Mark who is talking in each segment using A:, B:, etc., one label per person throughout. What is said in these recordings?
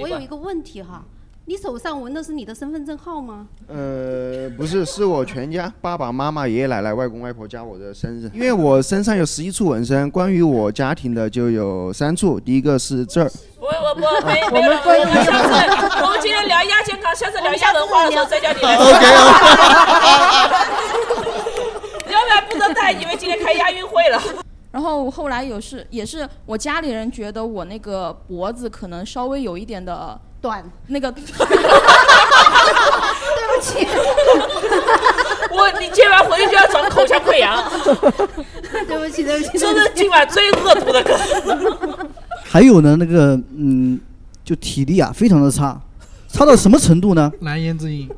A: 我有一个问题哈，你手上纹的是你的身份证号吗？
B: 呃，不是，是我全家，爸爸妈妈、爷爷奶奶、外公外婆加我的生日，因为我身上有十一处纹身，关于我家庭的就有三处，第一个是这儿，
C: 不不不，没
B: 我
C: 没
B: 们
C: 有了。
B: 关
C: 我们下次，我们今天聊一下健康，下次聊一下文化 的时候再叫你来。
B: OK，
C: 要不然不知道大家以为今天开亚运会了。
D: 然后后来有是也是我家里人觉得我那个脖子可能稍微有一点的
A: 短，
D: 那个
A: 对不起，
C: 我你今晚回去就要长口腔溃疡。
A: 对不起，对不起，
C: 这是今晚最恶毒的歌。
E: 还有呢，那个嗯，就体力啊，非常的差，差到什么程度呢？
F: 难言之隐。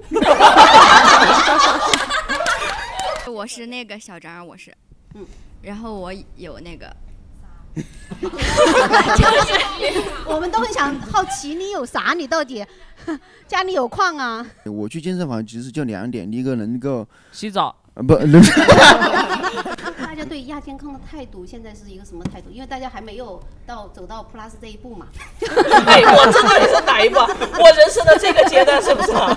G: 我是那个小张，我是，
A: 嗯，
G: 然后我有那个，
A: 我们都很想好奇你有啥，你到底 家里有矿啊？
B: 我去健身房其实就两点，第一个能够
C: 洗澡，
B: 呃不，
A: 大家对亚健康的态度现在是一个什么态度？因为大家还没有到走到 Plus 这一步嘛。
C: 哎，我这到底是哪一步啊？我人生的这个阶段是不是啊？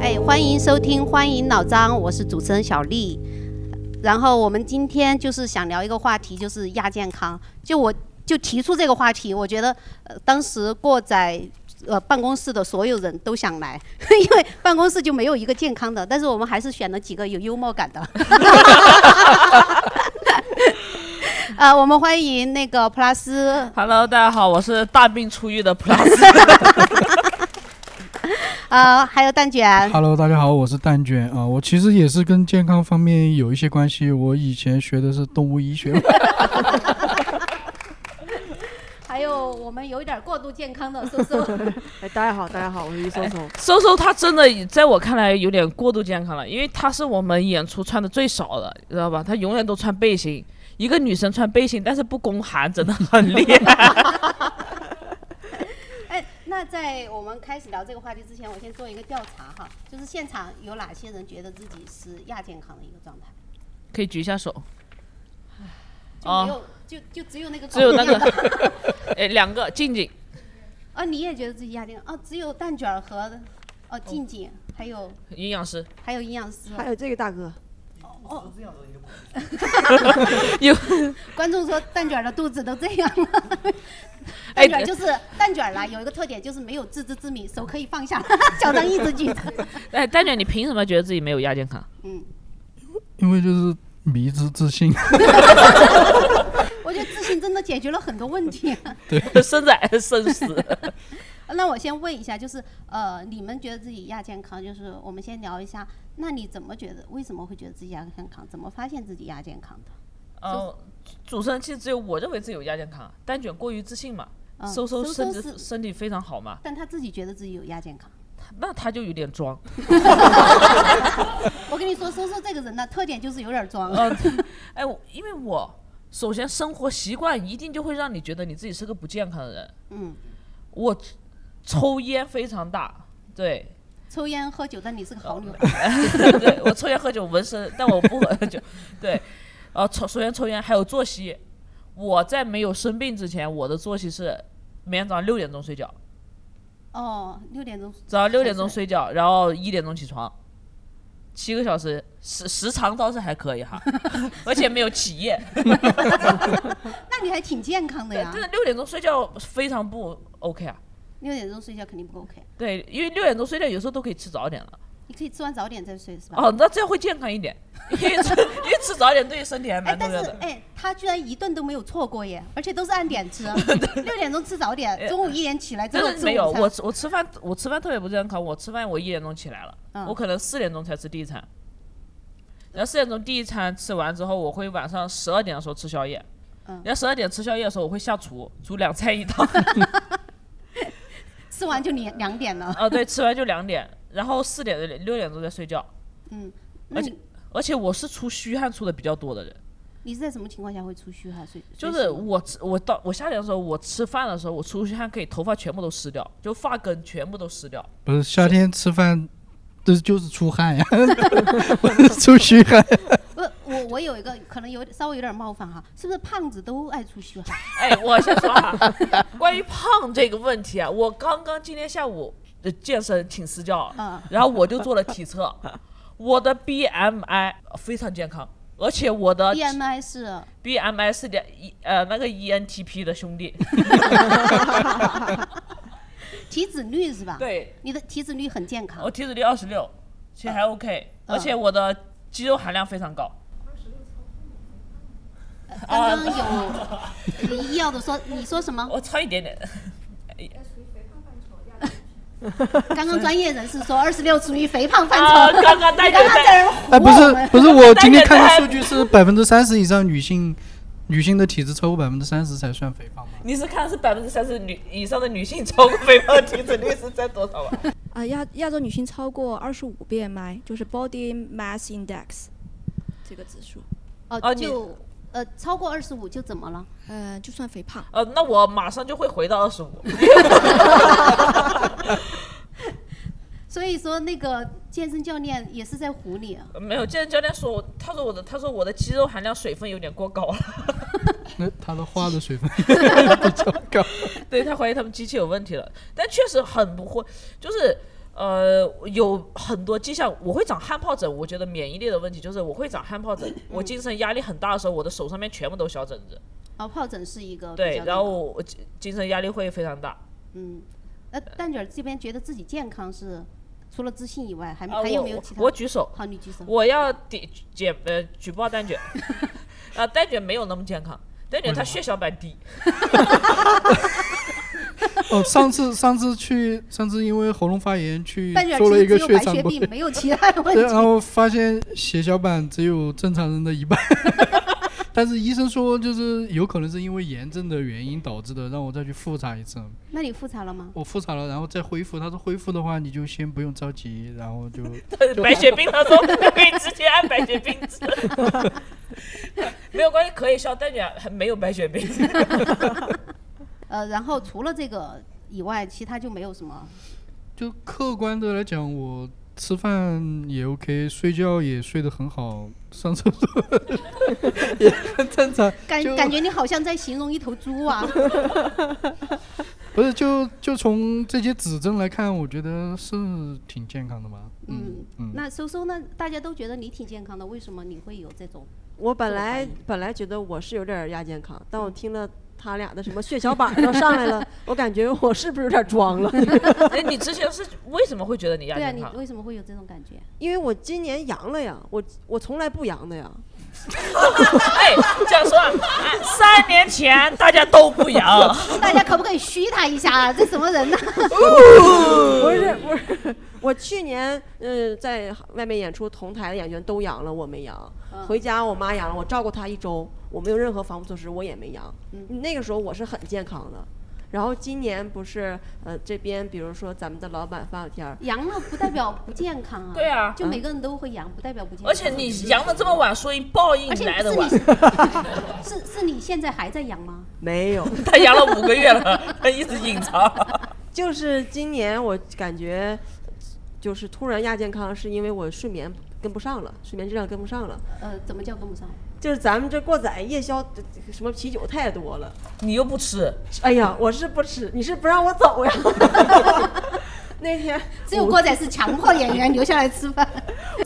A: 哎，欢迎收听，欢迎老张，我是主持人小丽。然后我们今天就是想聊一个话题，就是亚健康。就我就提出这个话题，我觉得呃，当时过在呃办公室的所有人都想来， 因为办公室就没有一个健康的，但是我们还是选了几个有幽默感的。 呃，我们欢迎那个普拉斯
C: Hello，大家好，我是大病初愈的 Plus。
A: 呃，还有蛋卷。
F: Hello，大家好，我是蛋卷啊、我其实也是跟健康方面有一些关系。我以前学的是动物医学，
A: 还有我们有一点过度健康的搜搜，
H: 哎，大家好，大家好，我是于搜搜。
C: 搜搜他真的在我看来有点过度健康了，因为他是我们演出穿的最少的，知道吧？他永远都穿背心，一个女生穿背心，但是不宫寒，真的很厉害。
A: 哎，那在我们开始聊这个话题之前，我先做一个调查哈，就是现场有哪些人觉得自己是亚健康的一个状态？
C: 可以举一下手，哦
A: 就没有，就就只有那个
C: 只有那
A: 搞不定的
C: 个， 哎，两个静静，
A: 啊，你也觉得自己亚健康？哦，只有蛋卷儿和哦静静，还有
C: 哦营养师，
A: 还有营养师，
H: 还有这个大哥，
A: 哦，
C: 有
A: 观众说蛋卷儿的肚子都这样了，蛋
C: 哎
A: 卷儿就是蛋卷儿啦，有一个特点就是没有自知之明，手可以放下，小张一直举着，
C: 哎，丹姐，你凭什么觉得自己没有亚健康？
A: 嗯。
F: 因为就是迷之自信。
A: 我觉得自信真的解决了很多问题。
C: 生仔生 死，
A: 那我先问一下，就是呃，你们觉得自己亚健康，就是我们先聊一下，那你怎么觉得？为什么会觉得自己亚健康？怎么发现自己亚健康的？
C: 嗯，主持人其实只有我认为自己有亚健康，丹卷过于自信嘛，
A: 嗯
C: 搜搜
A: 搜搜
C: 身体
A: 是
C: 身体非常好嘛，
A: 但他自己觉得自己有亚健康。
C: 那他就有点装，
A: 我跟你说，搜搜这个人呢，特点就是有点装。
C: 嗯，哎，我因为我首先生活习惯一定就会让你觉得你自己是个不健康的人，
A: 嗯，
C: 我抽烟非常大，对，
A: 抽烟喝酒，但你是个好女孩。
C: 对我抽烟喝酒纹身， 但我不喝酒。对，呃，抽首先抽烟，还有作息。我在没有生病之前，我的作息是每天早上六点钟睡觉，
A: 哦，六点钟。
C: 早上六点钟。睡觉，然后一点钟起床，七个小时，时时长倒是还 可以哈， 而且没有起夜。
A: 那你还挺健康的
C: 对，
A: 呀
C: 真。的六点钟睡觉非常不 OK 啊。
A: 六点钟睡觉肯定不 OK，
C: 对，因为六点钟睡觉有时候都可以吃早点了。
A: 你可以吃完早点再睡是吧？
C: 哦，那这样会健康 一点，因为吃因为吃早点对身体还
A: 哎，
C: 蛮
A: 但
C: 重
A: 是
C: 要的。
A: 哎，他居然一顿都没有错过耶，而且都是按点 吃，六点钟吃早点，中午一点起来之
C: 真
A: 后
C: 的
A: 吃
C: 哎没有，
A: 午餐
C: 我吃我吃饭我吃饭特别不健康，我吃饭我一点钟起来了，
A: 嗯
C: 我可能四点钟才吃第一餐，然后四点钟第一餐吃完之后，我会晚上十二点的时候吃宵夜，
A: 嗯
C: 然后十二点吃宵夜的时候我会下厨煮 两菜一汤，
A: 吃完就两两点了。
C: 哦啊对，吃完就两点，然后四点六点钟再睡觉。
A: 嗯，那
C: 而且
A: 你
C: 而且我是出虚汗出的比较多的人，
A: 你是在什么情况下会出虚汗？睡
C: 就是我吃我到我夏天的时候，我吃饭的时候，我出虚汗可以头发全部都湿掉，就发根全部都湿掉。
F: 不是夏天吃饭，这就是出汗呀， 不是出虚汗。
A: 不，我我有一个可能有稍微有点冒犯哈，是不是胖子都爱出虚汗？
C: 哎，我先说啊，关于胖这个问题啊，我刚刚今天下午呃健身请私教啊
A: 嗯，
C: 然后我就做了体测，我的 BMI 非常健康，而且我的
A: BMI 是
C: BMI 是点一呃那个 ENTP 的兄弟，
A: 体脂率是吧？
C: 对，
A: 你的体脂率很健康
C: 我。体脂率二十六，其实还 OK，、而且我的肌肉含量非常高。
A: 刚刚有医药的说，你说什么？
C: 我超一点点。
A: 刚刚专业人士说二十六属于肥胖范
C: 啊
A: 畴。
C: 刚刚大
A: 你
C: 家
A: 刚刚在人
F: 哎，不是不是，我今天看
C: 但是
F: 的
C: 他
F: 数据是百分之三十以上女性，女性的体脂超过百分之三十才算肥胖吗？
C: 你是看是百分之三十女以上的女性超过肥胖体脂率是在多 少吧？
I: 啊，亚亚洲女性超过二十五 BMI，就是 Body Mass Index 这个指数，
A: 哦，
C: 哦你
A: 就呃超过二十五就怎么了？
I: 呃，就算肥胖。
C: 呃，那我马上就会回到二十五。
A: 所以说那个健身教练也是在唬你啊。
C: 没有，健身教练说我，他说我的，他说我的肌肉含量水分有点 过高了。啊
F: 那她的花的水分比较高。
C: 对他怀疑他们机器有问题了，但确实很不会，就是呃有很多迹象，我会长汗疱疹，我觉得免疫力的问题就是我会长汗 疱疹，我精神压力很大的时候，我的手上面全部都小疹子，
A: 哦，疱疹是一个比
C: 对
A: 较，
C: 然后我我精精神压力会非常大。
A: 嗯，那蛋卷儿这边觉得自己健康是除了自信以外，还、
C: 啊，
A: 还有没
C: 我
A: 有
C: 我
A: 其他？
C: 我举手，
A: 好，你举手。
C: 我要点解呃举报蛋 卷，啊蛋卷没有那么健康，蛋卷它血小板低，
F: 哦，上次上次去上次因为喉咙发炎去
A: 蛋卷
F: 做
A: 儿
F: 了一
A: 其实
F: 个
A: 只有
F: 血
A: 白
F: 常
A: 血
F: 规，
A: 病，没有其他的问
F: 对，然
A: 题。
F: 后发现血小板只有正常人的一半， 但是医生说就是有可能是因为炎症的原因导致的，让我再去复查一次。
A: 那你复查了吗？
F: 我复查了，然后再恢复。他说恢复的话你就先不用着急，然后就
C: 白血病他说可以直接按白血病治，没有关系，可以消蛋卷还没有白血病。
A: 呃，然
C: 嗯
A: 后除了这个以外，其他就没有什么。
F: 就客观的来讲，我吃饭也 OK，睡觉也睡得很好，上厕所 也很正常。
A: 感
F: 就
A: 感觉你好像在形容一头猪 啊！
C: 嗯
F: 不是，就就从这些指征来看，我觉得是挺健康的吧。
A: 嗯，
F: 嗯，
A: 那收收呢？大家都觉得你挺健康的，为什么你会有这种？
H: 我本来本来觉得我是有点儿亚健康，但
C: 嗯
H: 我听了他俩的什么血小板儿都上来 了，我感觉我是不是有点儿装了？
C: 哎，你之前是为什么会觉得你亚
A: 对啊，
C: 健
A: 你
C: 康？
A: 为什么会有这种感 觉？
H: 因为我今年阳了呀，我我从来不阳的呀。
C: 哎，这样说啊，哎三年前大家都不阳，
A: 大家可不可以虚他一下啊？这什么人呢？
H: 不是
C: 哦
H: 不是， 我去年嗯、呃在外面演出，同台的演员都阳了，我没阳。
C: 嗯
H: 回家我妈阳了，我照顾她一周，我没有任何防护措施，我也没阳。
C: 嗯
H: 那个时候我是很健康的。然后今年不是呃这边，比如说咱们的老板范小天儿，
A: 阳了不代表不健康啊。
C: 对啊
A: 就每个人都会阳，不代表不健康。
C: 而且你阳的这么晚，所以报应
A: 而且
C: 来的
A: 是
C: 晚。
A: 你 是是你现在还在阳吗？
H: 没有，
C: 他阳了五个月了，他一直隐藏。
H: 就是今年我感觉就是突然亚健康，是因为我睡眠跟不上了，睡眠质量跟不上了。
C: 嗯
A: 呃，怎么叫跟不上？
H: 就是咱们这过载夜宵，这这什么啤酒太多了。
C: 你又不吃，
H: 哎呀，我是不吃，你是不让我走呀？ 那天
A: 只有郭仔是强迫演员留下来吃饭。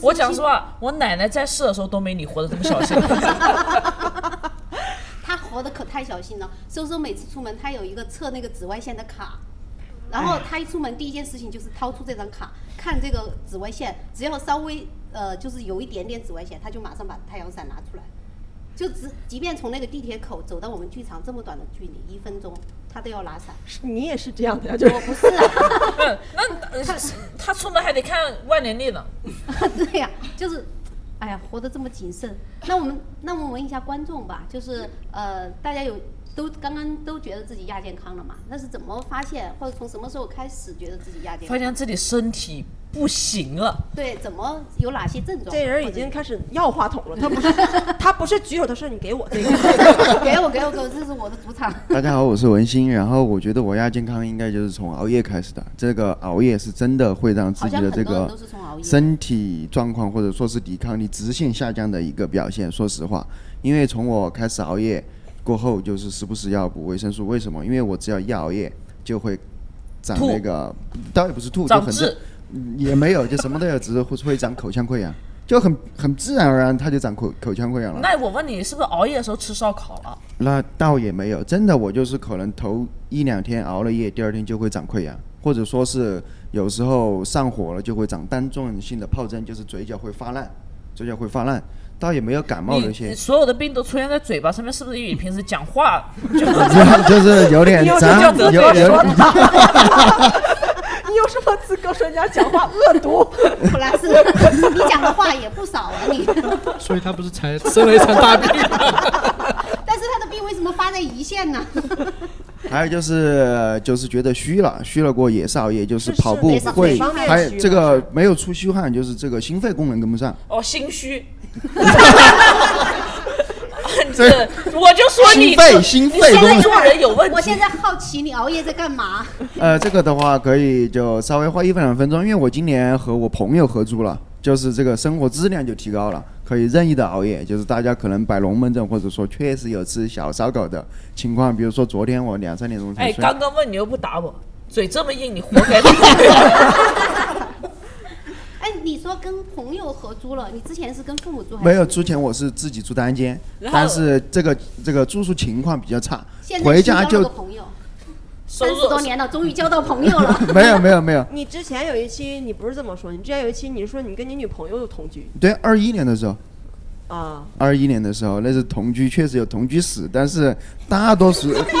C: 我讲实话，我奶奶在世的时候都没你活得这么小心。
A: 他活得可太小心了。收收每次出门，他有一个测那个紫外线的卡，然后他一出门第一件事情就是掏出这张卡，看这个紫外线，只要稍微呃就是有一点点紫外线，他就马上把太阳伞拿出来。就只即便从那个地铁口走到我们剧场这么短的距离，一分钟，他都要拿伞。
H: 你也是这样的呀，就是
A: 我不是、啊，
C: 那那他出门还得看万年历呢。
A: 对呀、就是，哎呀，活得这么谨慎。那我们，那我们问一下观众吧，就是呃，大家有都刚刚都觉得自己亚健康了嘛？那是怎么发现，或者从什么时候开始觉得自己亚健
C: 发
A: 康？
C: 现自己身体不行了。
A: 对，怎么 有哪些症状？
H: 这人已经开始要话筒了，他 不是他不是举手，他说你给我这个，
A: 给我给我给我，这是我的主 场。
B: 大家好，我是文心。然后我觉得我亚健康应该就是从熬夜开始的。这个熬夜是真的会让自己的这
A: 好像很多人
B: 个
A: 都是从熬夜
B: 身体状况或者说是抵抗力直线下降的一个表现。说实话，因为从我开始熬夜过后，就是时不时要补维生素。为什么？因为我只要一熬夜就会长
C: 吐
B: 那个，倒也不是吐，就
C: 长
B: 很
C: 痣
B: 嗯也没有，就什么都有，只是会会长口腔溃疡，就很很自然而然它就长口口腔溃疡了。
C: 那我问你，是不是熬夜的时候吃烧烤了？
B: 那倒也没有，真的我就是可能头一两天熬了夜，第二天就会长溃疡，或者说是有时候上火了就会长单状性的疱疹，就是嘴角会发烂，嘴角会发烂，倒也没有感冒
C: 你
B: 那些
C: 你，所有的病都出现在嘴巴上面，是不是因为你平时讲 话就
B: 就是有点脏，有有
H: 你有什么资格说人家讲话恶毒？
A: 普拉斯，啊你讲的话也不少啊，你。
F: 所以他不是才生了一场大病？
A: 但是他的病为什么发在胰腺 呢？
B: 还有就是就是觉得虚了，虚了过也是熬夜，就是跑步
A: 也是
B: 会
A: 哪方，面
B: 还有
H: 虚了
B: 这个没有出虚汗，就是这个心肺功能跟不上，
C: 哦心虚？你这我就说你
B: 心肺心肺
C: 现
B: 功
C: 在
B: 能。
C: 做人有问题。
A: 我现在好奇你熬夜在干嘛？
B: 呃，这个的话可以就稍微花一分两分钟，因为我今年和我朋友合租了，就是这个生活质量就提高了，可以任意的熬夜。就是大家可能摆龙门阵，或者说确实有吃小烧烤的情况，比如说昨天我两三点钟才
C: 哎，
B: 睡。
C: 刚刚问你又不答我，嘴这么硬，你活 该。
A: 哎，你说跟朋友合租了，你之前是跟父母住还是？
B: 没有，之前我是自己住单间，
C: 然后
B: 但是这个这个住宿情况比较差
A: 现，在
B: 回
A: 新
B: 家
A: 交了
B: 就
A: 个朋友，
C: 收
A: 三十
C: 入
A: 多年了，终于交到朋友了。
B: 没有没有没有。
H: 你之前有一期你不是这么说，你之前有一期你说你跟你女朋友同居
B: 对，二一年的时候，
H: 啊，
B: 二一年的时候那是同居，确实有同居史，但是大多 数 是。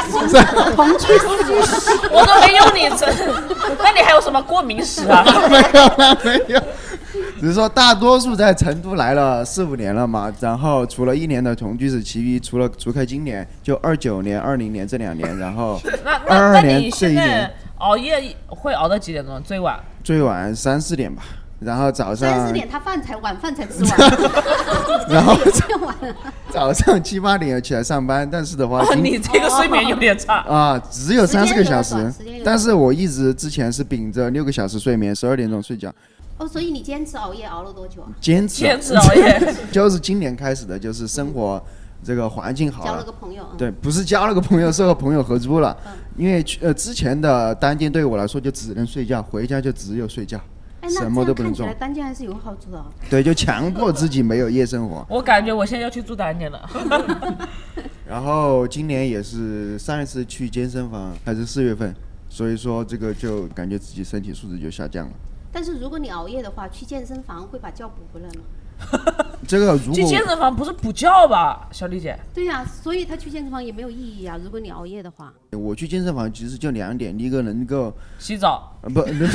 C: 我都没用你这，那你还有什么过敏史啊？
B: 没有啦，没有。只是说大多数在成都来了四五年了嘛，然后除了一年的同居史，其余除了除开今年，就二九年、二零年这两年，然后22
C: 那那那
B: 年
C: 你现
B: 这一
C: 在
B: 年
C: 熬夜会熬到几点钟？最晚？
B: 最晚三四点吧，然后早
A: 三
B: 上
A: 十点他饭才晚饭才吃完，
B: 然后
A: 也吃完了。
B: 早上七八点起来上班，但是的话
C: 哦，
B: 今
C: 你这个睡眠有点
A: 哦
C: 差。
B: 啊只有
A: 时间
B: 三四个
A: 有点
B: 小
A: 短
B: 时
A: 时间有点，
B: 但是我一直之前是秉着六个小时睡眠，十二点钟睡觉，
A: 哦，所以你坚持熬夜熬了多久啊？
B: 坚持
C: 坚持哦 熬夜，
B: 就是今年开始的，就是生活这个环境好
A: 交
B: 了
A: 了个，朋友啊。嗯
B: 对，不是交了个朋友，是和朋友合租了。因为去呃之前的单间对我来说就只能睡觉，回家就只有睡觉，
A: 哎，那
B: 什么
A: 这
B: 都不
A: 样
B: 能
A: 看起
B: 做
A: 来。单间还是有好处的啊。
B: 对，就强迫自己没有夜生 活。
C: 我感觉我现在要去住单间了。
B: 然后今年也是上一次去健身房还是四月份，所以说这个就感觉自己身体素质就下降了。
A: 但是如果你熬夜的话，去健身房会把觉补回来吗？
B: 这个如
C: 去
B: 果
C: 健身房不是补觉吧，小丽姐？
A: 对呀、所以他去健身房也没有意义啊。如果你熬夜的话，
B: 我去健身房其实就两点，一个能够
C: 洗澡。
B: 呃不，能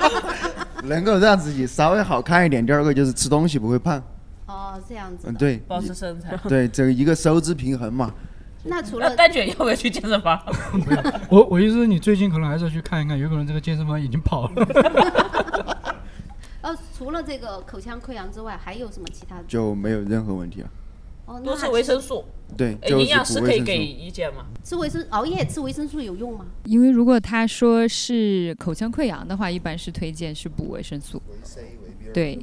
B: 能够让自己稍微好看一点，第二个就是吃东西不会 胖。
A: 哦，这样子
B: 嗯，
A: 的。
B: 对，
C: 保持身材。
B: 对，这个一个收支平衡嘛。
A: 那除
C: 那
A: 了
C: 蛋卷要不要去健身房？
F: 我我意思是你最近可能还是要去看一看，有可能这个健身房已经跑了。
A: 呃，除了这个口腔溃疡之外，还有什么其他的？
B: 就没有任何问题了。
A: 哦，那
C: 多吃
A: 还
C: 维
A: 是
C: 生素。
B: 对，
C: 哎
B: 就是
C: 营养师
B: 补
C: 可以
B: 维
C: 给
B: 生素。
C: 意见吗？
A: 吃维生熬夜吃维生素有用吗？
J: 因为如果他说是口腔溃疡的话，一般是推荐是补维生素。对，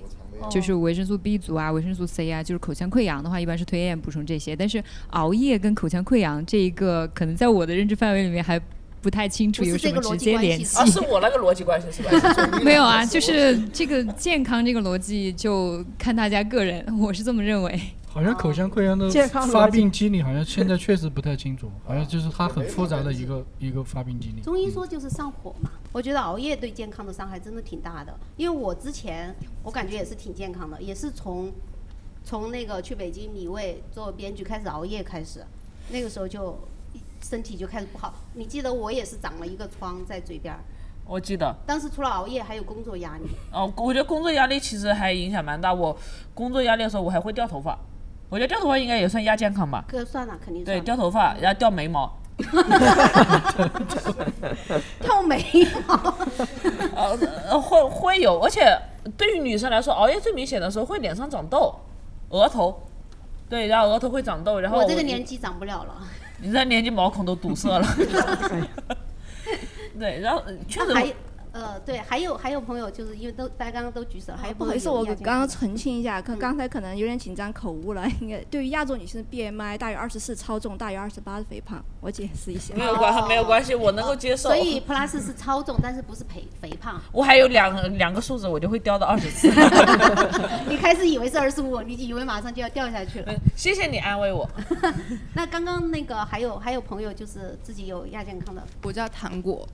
A: 啊
J: 就是维生素 B 族啊，维生素 C 啊，就是口腔溃疡的话，一般是推荐补充这些。但是熬夜跟口腔溃疡这一个，可能在我的认知范围里面还不太清楚
A: 不是
J: 有什
A: 这
J: 么
A: 个逻
J: 直
A: 辑
J: 接
A: 关系哦
J: 联
A: 是
J: 系
C: 啊，。是 我那个逻辑关系是吧？
J: 没有啊，就是这个健康这个逻辑，就看大家个人，我是这么认为。
F: 好像口腔溃疡
A: 哦
F: 的
H: 健康逻辑
F: 发病机理好像现在确实不太清楚，好像就是它很复杂的一个一个发病机理。
A: 中医
I: 嗯
A: 说就是上火嘛，我觉得熬夜对健康的伤害真的挺大的。因为我之前我感觉也是挺健康的，也是从从那个去北京米味做编剧开始熬夜开始，那个时候就身体就开始不好。你记得我也是长了一个疮在嘴边儿，
C: 我记得，
A: 当时除了熬夜还有工作压力。
C: 哦，我觉得工作压力其实还影响蛮大。我工作压力的时候，我还会掉头发。我觉得掉头发应该也算亚健康吧。
A: 哥算了，肯定算
C: 对，
A: 了。
C: 掉头发，然后掉眉毛，
A: 但我没
C: 有。呃，会会有，而且对于女生来说，熬夜最明显的时候会脸上长痘，额头，对，然后额头会长痘，然后
A: 我这个年纪长不了了。
C: 你这年纪毛孔都堵塞了。 对，然后确实
A: 还呃，对，还有还有朋友就是因为都大家刚刚都举手，还有
I: 啊不
A: 朋友
I: 好意思，
A: 有
I: 我
A: 亚
I: 刚
A: 健
I: 刚
A: 康
I: 澄清一下，
C: 嗯
I: 可刚才可能有点紧张，口误了。应该对于亚洲女性的 BMI 大于二十四超重，大于二十八的肥胖，我解释一下。
C: 没有关系，没有关系，我能够
K: 哦
C: 接受。
A: 所以 plus 是超重，但是不是肥肥胖。
C: 我还有两两个数字，我就会掉到二十 四。
A: 你开始以为是二十五，你以为马上就要掉下去了。
C: 嗯谢谢你安慰我。
A: 那刚刚那个还有还有朋友就是自己有亚健康的，
K: 我叫糖果，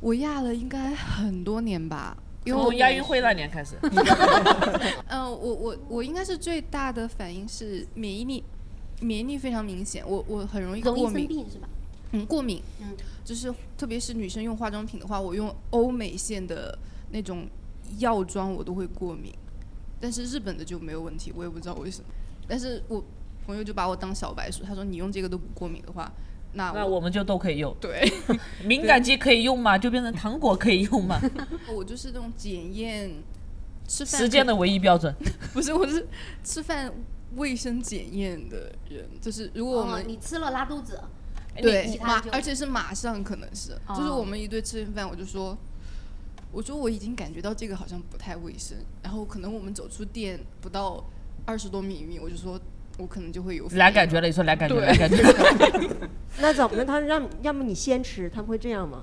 K: 我压了应该很多年吧，因为我
C: 从亚运会那年开始，
K: 嗯、我我我应该是最大的反应是免疫力，免疫力非常明显，我我很容易
A: 容易
K: 过
A: 生
K: 敏，
A: 病是吧？
K: 嗯，过敏，
A: 嗯，
K: 就是特别是女生用化妆品的话，我用欧美线的那种药妆我都会过敏，但是日本的就没有问题，我也不知道为什么。但是我朋友就把我当小白鼠，他说你用这个都不过敏的话， 那
C: 那我们就都可以用。
K: 对，
C: 敏感肌可以用吗？就变成糖果可以用 吗？
K: 哦我就是那种检验吃饭
C: 时间的唯一标准。
K: 不是，我是吃饭卫生检验的人，就是如果我们、
A: 哦、你吃了拉肚子，你
K: 对
A: 其他
K: 马
A: 就，
K: 而且是马上可能是，就是
A: 哦
K: 我们一队吃完饭，我就说，我说我已经感觉到这个好像不太卫生，然后可能我们走出店不到二十多米米，我就说我可能就会有反
C: 来
K: 应
C: 感觉了，你说来感觉，
K: 对
C: 来感觉了。
H: 那怎么？那他让要么你先吃，他们会这样吗？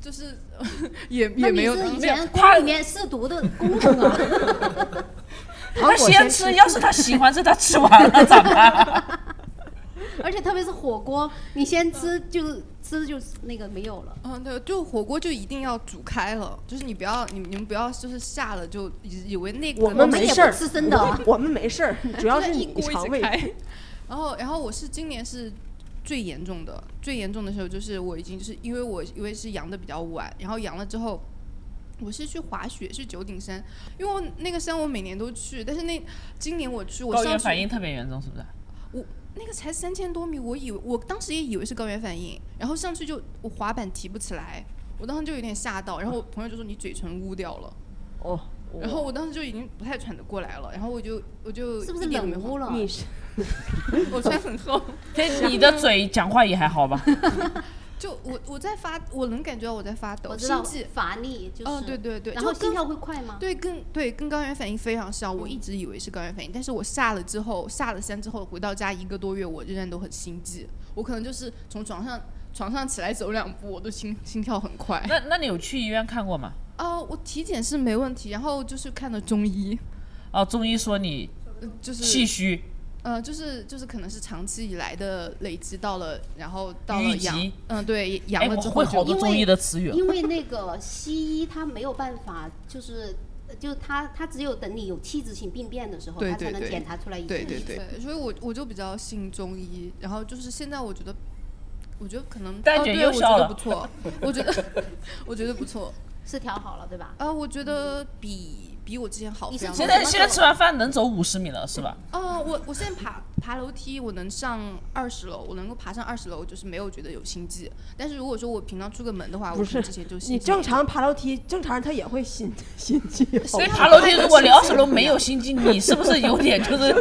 K: 就是 也
A: 那
K: 也
A: 你
K: 没有
A: 是以
K: 没有
A: 前宫里面试毒的功能 啊。
C: 他先吃，要是他喜欢吃，他吃完了咋办？
A: 而且特别是火锅，你先吃就吃就是那个没有了。
K: 嗯，对，就火锅就一定要煮开了，就是你不要你你们不要就是下了就以以为那个
H: 我们没事儿，
K: 是真
A: 啊
K: 的。
H: 我们没事儿，主要是
K: 就是一
H: 你
K: 锅一
H: 肠
K: 直
H: 胃。
K: 开然后，然后我是今年是最严重的，最严重的时候就是我已经就是因为我因为是阳的比较晚，然后阳了之后，我是去滑雪，去九鼎山，因为我那个山我每年都去，但是那今年我去，我
C: 高
K: 上
C: 原
K: 次
C: 反应特别严重，是不是？
K: 我那个才三千多米，我以为我当时也以为是高原反应，然后上去就我滑板提不起来，我当时就有点吓到，然后我朋友就说你嘴唇污掉了。
C: 哦。。
K: 然后我当时就已经不太喘得过来了，然后我就我就是
A: 不是
K: 一点都没
A: 冷污
K: 晃
A: 了你是
K: 我穿 很厚
C: 这 你的嘴讲话也还好吧？
K: 就我我在发，我能感觉到我在发抖，
A: 我知道
K: 心悸
A: 乏力就是
K: 哦，对对对，
A: 然后
K: 就
A: 心
K: 跟
A: 跳会快吗？
K: 对，跟对跟高原反应非常像。我一直以为是高原反应，但是我下了之后，下了山之后回到家一个多月，我仍然都很心悸。我可能就是从床上床上起来走两步，我都心心跳很 快。
C: 那那你有去医院看过吗？
K: 哦、我体检是没问题，然后就是看了中医，
C: 啊，中医说你
K: 呃就是
C: 气虚，
K: 呃，就是就是可能是长期以来的累积到了，然后到了
C: 淤积
K: 阳，嗯、对，
C: 哎
K: 阳了
C: 我
K: 之后
C: 会
K: 就
C: 好多中医的词语
A: 因为那个西医他没有办法，就是就是他他只有等你有器质性病变的时候，
K: 对
A: 他
K: 对
A: 才能
K: 对
A: 检查出来一
K: 对
A: 次
K: 对
A: 一次。
K: 所以我我就比较信中医，然后就是现在我觉得，我觉得可能
C: 蛋
K: 哦
C: 卷
K: 对
C: 又
K: 我
C: 笑
K: 觉得
C: 了
K: 不错，我觉得我觉得不错，
A: 是调好了对吧？
K: 啊，我觉得比比我之前好非常多。
C: 现在现在吃完饭能走五十米了是吧？
K: 哦，我我现在爬爬楼梯，我能上二十楼，我能够爬上二十楼，就是没有觉得有心悸。但是如果说我平常出个门的话，我
H: 不
K: 可能
H: 是
K: 之前就，心
H: 你
K: 悸
H: 正常爬楼梯，正常人他也会心 心悸。
C: 所以爬楼梯，如果你二 十楼没有心悸，你是不是有点就是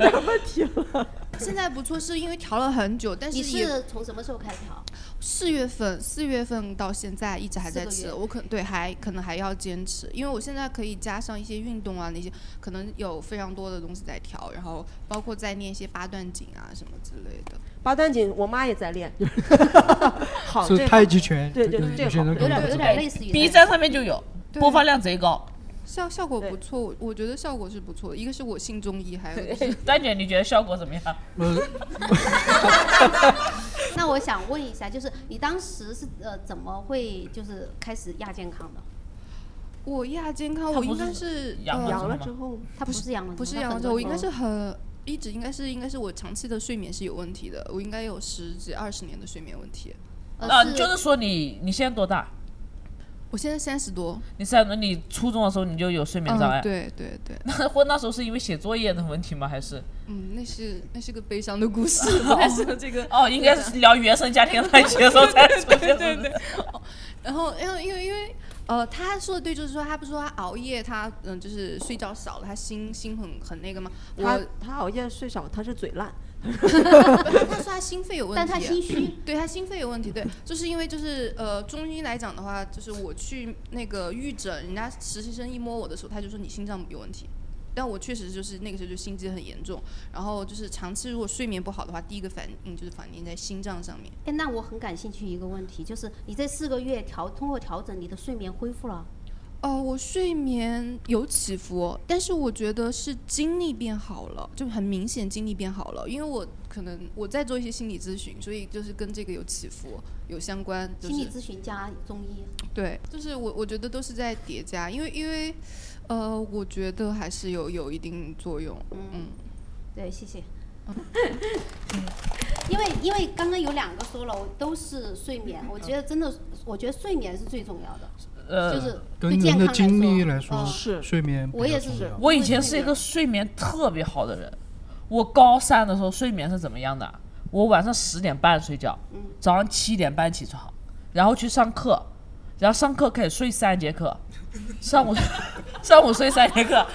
K: 现在不错，是因为调了很久，但是
A: 你
K: 也
A: 是从什么时候开始调？
K: 四月份，四月份到现在一直还在
A: 四个
K: 吃，
A: 月
K: 我可对还可能还要坚持，因为我现在可以加上一些运动啊那些，可能有非常多的东西在调，然后包括在练一些八段锦啊什么之类的。
H: 八段锦，我妈也在练。 好，
F: 是
H: 这
F: 太极拳
H: 对对
F: 这个
H: 对，这
F: 有些
H: 个
F: 人
H: 好
F: 可能不知道
C: ？B 站上面就有，
K: 对
C: 播放量贼高。
K: 效效果不错，我我觉得效果是不错的。一个是我信中医，还有就是
C: 丹姐，你觉得效果怎么样？
A: 那我想问一下，就是你当时是呃怎么会就是开始亚健康的？
K: 我亚健康，我应该是呃
H: 后，
A: 他不是阳了，
K: 不是阳了之后，我应该是很一直应该是应该是我长期的睡眠是有问题的，我应该有
A: 呃
C: 哦
K: 十几二十年的睡眠问题。
C: 啊，就是说你你现在多大？
K: 呃我现在三十多，
C: 你三轮，你初中的时候你就有睡眠障
K: 嗯
C: 碍？
K: 对对对
C: 那或那时候是因为写作业的问题吗？还是？，
K: 嗯，那是那是个悲伤的故事
C: 哦
K: 但是这个
C: 哦应该是聊原生家庭那一期的时候才出现
K: 对对对对对哦然后，然后因为因为呃，他说的对，就是说他不是说他熬夜，他嗯就是睡觉少了，他心心很很那个吗？
H: 他
K: 我
H: 他熬夜睡少，他是嘴烂。
K: 他说他心肺有问题，啊
H: 但他心虚，
K: 对他心肺有问题，对，就是因为就是呃，中医来讲的话，就是我去那个预诊，人家实习生一摸我的手，他就说你心脏有问题。但我确实就是那个时候就心肌很严重，然后就是长期如果睡眠不好的话，第一个反应就是反应在心脏上面。
A: 哎，那我很感兴趣一个问题，就是你这四个月调通过调整，你的睡眠恢复了？
K: 哦，我睡眠有起伏，但是我觉得是精力变好了，就很明显精力变好了。因为我可能我在做一些心理咨询，所以就是跟这个有起伏，有相关。就是、
A: 心理咨询加中医，
K: 对，就是我我觉得都是在叠加，因为因为，呃，我觉得还是有有一定作用。嗯，
A: 对，谢谢。
C: 嗯
A: 因为因为刚刚有两个说了，我都是睡眠，我觉得真的，我觉得睡眠是最重要的，
C: 呃，
A: 就是对
F: 跟
A: 健
F: 人
A: 康
F: 的
A: 来
F: 精
A: 说。
F: 力来说，
C: 是
F: 睡眠
A: 我也是，
C: 我以前是一个睡眠特别好的人，我高三的时候睡眠是怎么样的？我晚上十点半睡觉，
A: 嗯
C: 早上七点半起床，然后去上课，然后上课可以睡三节课，上午上午睡三节课，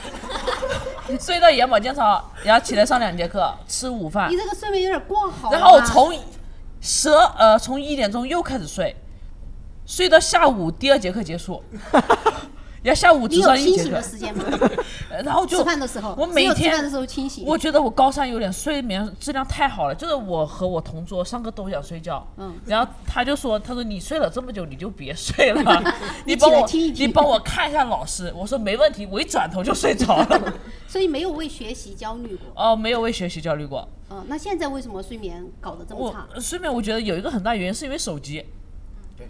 C: 睡到眼保健操，然后起来上两节课，吃午饭
A: 你，这个睡眠有点过好啊了吧。
C: 然后从十呃从一点钟又开始睡，睡到下午第二节课结 束，然后下午
A: 你
C: 只
A: 有
C: 上一
A: 清
C: 节
A: 醒
C: 课
A: 的，时间吗？
C: 然后就
A: 吃饭的时候，
C: 我
A: 只
C: 每
A: 有吃
C: 天
A: 饭的时候清醒。
C: 我觉得我高三有点睡眠质量太好了，就是我和我同桌上课都想睡觉，
A: 嗯
C: 然后他就说，他说你睡了这么久，你就别 睡了， 你
A: 你
C: 帮
A: 起来
C: 我
A: 听一听
C: 你帮我看一下老师，我说没问题，我一转头就睡着了，
A: 所以没有为学习焦虑过。
C: 哦，没有为学习焦虑过，
A: 嗯，那现在为什么睡眠搞得这么
C: 我
A: 差？
C: 睡眠我觉得有一个很大原因是因为手机，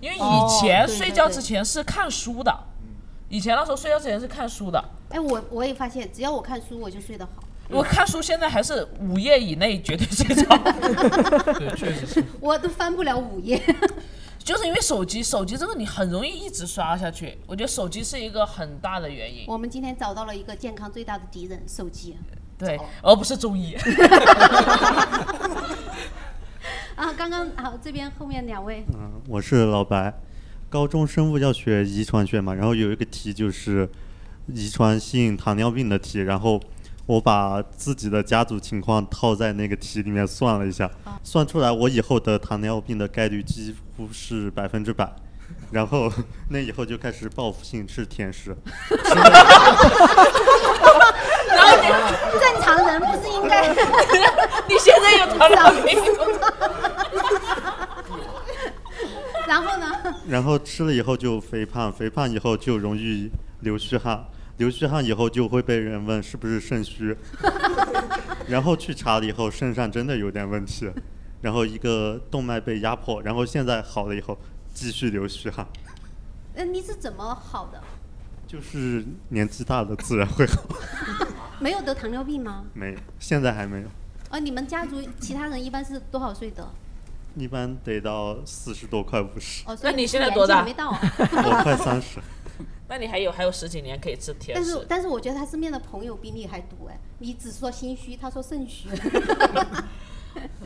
C: 因为
A: 哦
C: 以前
A: 对对
C: 睡觉
A: 对
C: 之前是看书的，以前那时候睡觉之前是看书的，
A: 哎，我我也发现，只要我看书，我就睡得好。
C: 我看书现在还是午夜以内绝对睡着。
A: 我都翻不了五页。
C: 就是因为手机，手机这个你很容易一直刷下去。我觉得手机是一个很大的原 因，
A: 我们今天找到了一个健康最大的敌人——手机。
C: 对，
A: 哦
C: 而不是中医。
A: 啊，刚刚啊，这边后面两位，
L: 嗯，我是老白，高中生物要学遗传学嘛，然后有一个题就是遗传性糖尿病的题，然后我把自己的家族情况套在那个题里面算了一下，算出来我以后得糖尿病的概率几乎是百分之百，然后那以后就开始报复性吃甜食，
A: 然后你正常人不是应该？
C: 你现在有糖尿病
A: 然后呢？
L: 然后吃了以后就肥胖，肥胖以后就容易流虚汗，流虚汗以后就会被人问是不是肾虚，然后去查了以后肾上真的有点问 题，然后一个动脉被压迫，然后现在好了以后继续流虚汗，
A: 呃，你是怎么好的？
L: 就是年纪大了自然会好，
A: 没有得糖尿病吗？
L: 没有，现在还没有，
A: 呃，你们家族其他人一般是多少岁得？
L: 一般得到四十多快五十，
A: 哦，所以
C: 那你现在
A: 年
C: 多
A: 纪
C: 大
A: 还没到啊。
L: 我快三十，
C: 那你还有还有十几年可以吃甜
A: 但
C: 食
A: 是。但是我觉得他身边的朋友比你还多哎，你只说心虚，他说肾虚。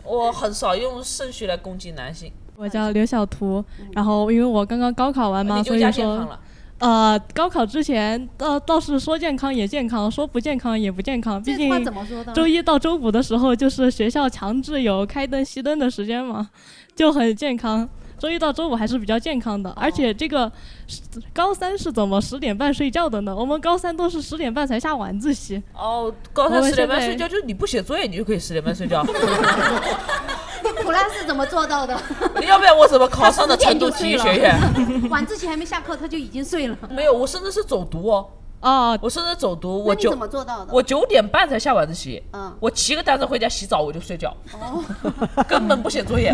C: 我很少用肾虚来攻击男性。
M: 我叫刘小图，然后因为我刚刚高考完嘛，
C: 嗯啊你
M: 所
C: 就
M: 以
C: 加健康
M: 说
C: 了，
M: 呃，高考之前倒倒是说健康也健康，说不健康也不健康，毕
A: 这
M: 竟
A: 话怎么说的？
M: 周一到周五的时候就是学校强制有开灯熄灯的时间嘛，就很健康。周一到周五还是比较健康的，
A: 哦
M: 而且这个是高三是怎么十点半睡觉的呢？我们高三都是十点半才下晚自习。
C: 哦，高
M: 我
C: 三
M: 们
C: 十点半
M: 现在
C: 睡觉，就是你不写作业，你就可以十点半睡觉。
A: 普拉是怎么做到的？
C: 你要不然我怎么考上的成都
A: 他十
C: 体
A: 点
C: 育
A: 就
C: 学
A: 睡
C: 院？
A: 了晚自习还没下课，他就已经睡了。
C: 没有，我甚至是走读哦。
M: 哦，
C: 我甚至走读，
A: 那
C: 我
A: 你
C: 九
A: 怎么做到的？
C: 我九点半才下晚自习，
A: 嗯
C: 我骑个单车回家洗澡我就睡觉，
A: 哦
C: 根本不写作业，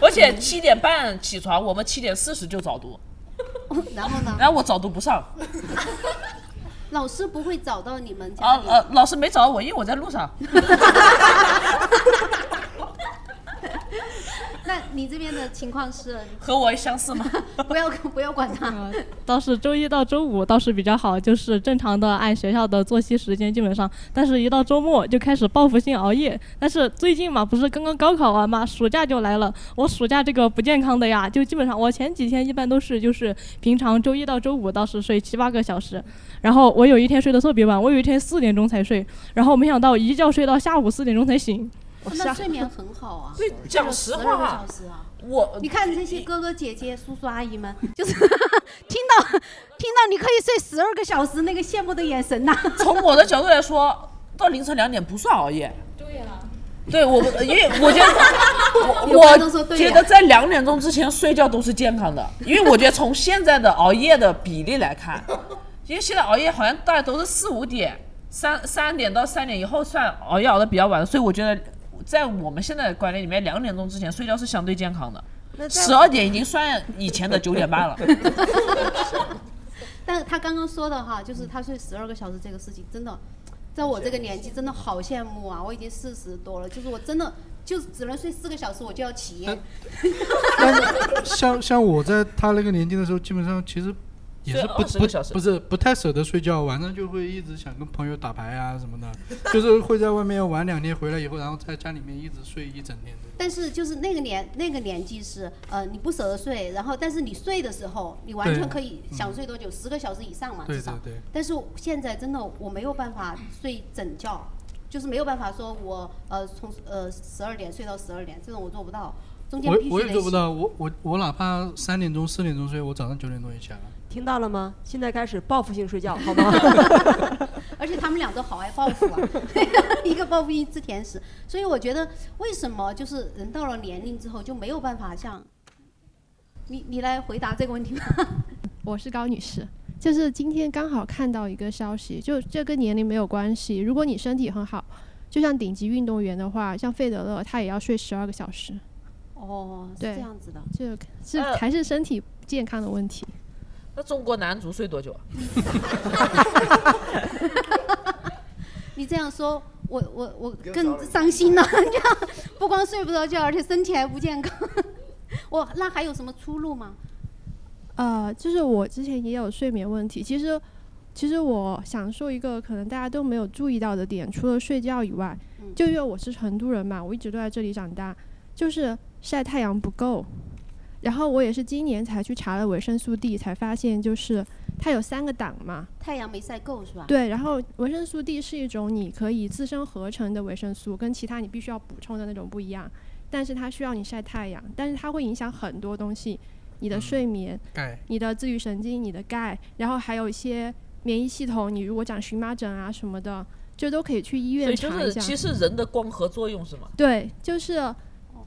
C: 而且七点半起床，我们七点四十就早读，
A: 然后呢？
C: 然后我早读不上，
A: 老师不会找到你们
C: 啊
A: 家里。
C: 呃，老师没找我，因为我在路上。
A: 那你你这边的情况是
C: 和我相似吗？
A: 不要不要管他，
M: 倒是周一到周五倒是比较好，就是正常的按学校的作息时间基本上，但是一到周末就开始报复性熬夜。但是最近嘛，不是刚刚高考完嘛，暑假就来了。我暑假这个不健康的呀，就基本上我前几天一般都是就是平常周一到周五倒是睡七八个小时，然后我有一天睡得特别晚，我有一天四点钟才睡，然后没想到一觉睡到下午四点钟才醒。
A: 那睡眠很好啊。
C: 对，讲实话
A: 个
C: 啊
A: 小时啊。
C: 我
A: 你看这些哥哥姐姐、叔叔阿姨们，就是 听到听到你可以睡十二个小时那个羡慕的眼神 呐、
C: 从我的角度来说，到凌晨两点不算熬夜。对呀、对我不，因为我觉得，
A: 有
C: 我
A: 观众说
C: 我
A: 对
C: 觉
A: 呀
C: 得在两点钟之前睡觉都是健康的，因为我觉得从现在的熬夜的比例来看， 因为现在熬夜好像大家都是四五点、三三点到三点以后算熬夜熬的比较晚，所以我觉得在我们现在的观念里面，两点钟之前睡觉是相对健康的。
A: 那在
C: 十二点已经算以前的九点半了。
A: 但是他刚刚说的哈，就是他睡十二个小时这个事情，真的，在我这个年纪真的好羡慕啊！我已经四十多了，就是我真的就只能睡四个小时，我就要起
C: 呃
A: 夜。
F: 像像我在他那个年纪的时候，基本上其实也是不
C: 睡20
F: 不
C: 个小时
F: 不是不太舍得睡觉，晚上就会一直想跟朋友打牌啊什么的， 就是会在外面玩两天，回来以后，然后在家里面一直睡一整天。
A: 但是就是那个年那个年纪是呃你不舍得睡，然后但是你睡的时候你完全
F: 对
A: 可以想睡多久，十个小时以上嘛
F: 对
A: 至少。
F: 对对
A: 但是现在真的我没有办法睡整觉，就是没有办法说我呃从呃十二点睡到十二点，这种我做不到。中间
F: 我
A: 必须
F: 我也
A: 得
F: 做不
A: 醒
F: 到，我我我哪怕三点钟四点钟睡，我早上九点钟也起来了。
H: 听到了吗？现在开始报复性睡觉，好吗？
A: 而且他们俩都好爱报复 啊，一个报复一吃甜食。所以我觉得，为什么就是人到了年龄之后就没有办法像你你来回答这个问题吧？
N: 我是高女士，就是今天刚好看到一个消息，就这跟年龄没有关系。如果你身体很好，就像顶级运动员的话，像费德勒，他也要睡十二个小时。
A: 哦，是
N: 对
A: 这样子的。
N: 就是
C: 呃
N: 还是身体健康的问题。
C: 那中国男足睡 多久啊？
A: 你这样说，我我我更伤心了。 这样不光睡不着觉，而且身体还不健康。 我那还有什么出路吗？
N: 呃，就是我之前也有睡眠问题，其实其实我想说一个可能大家都没有注意到的点，除了睡觉以外，就因为我是成都人嘛，我一直都在这里长大，就是晒太阳不够。然后我也是今年才去查了维生素 D，才发现就是它有三个档嘛，
A: 太阳没晒够是吧？
N: 对，然后维生素 D 是一种你可以自身合成的维生素，跟其他你必须要补充的那种不一样，但是它需要你晒太阳，但是它会影响很多东西，你的睡眠、
F: 钙
N: 你的自律神经、你的钙，然后还有一些免疫系统，你如果长荨麻疹啊什么的，就都可以去医
C: 所
N: 院
C: 以就
N: 查一
C: 是
N: 下。
C: 其实人哦的光合作用是吗？
N: 对，就是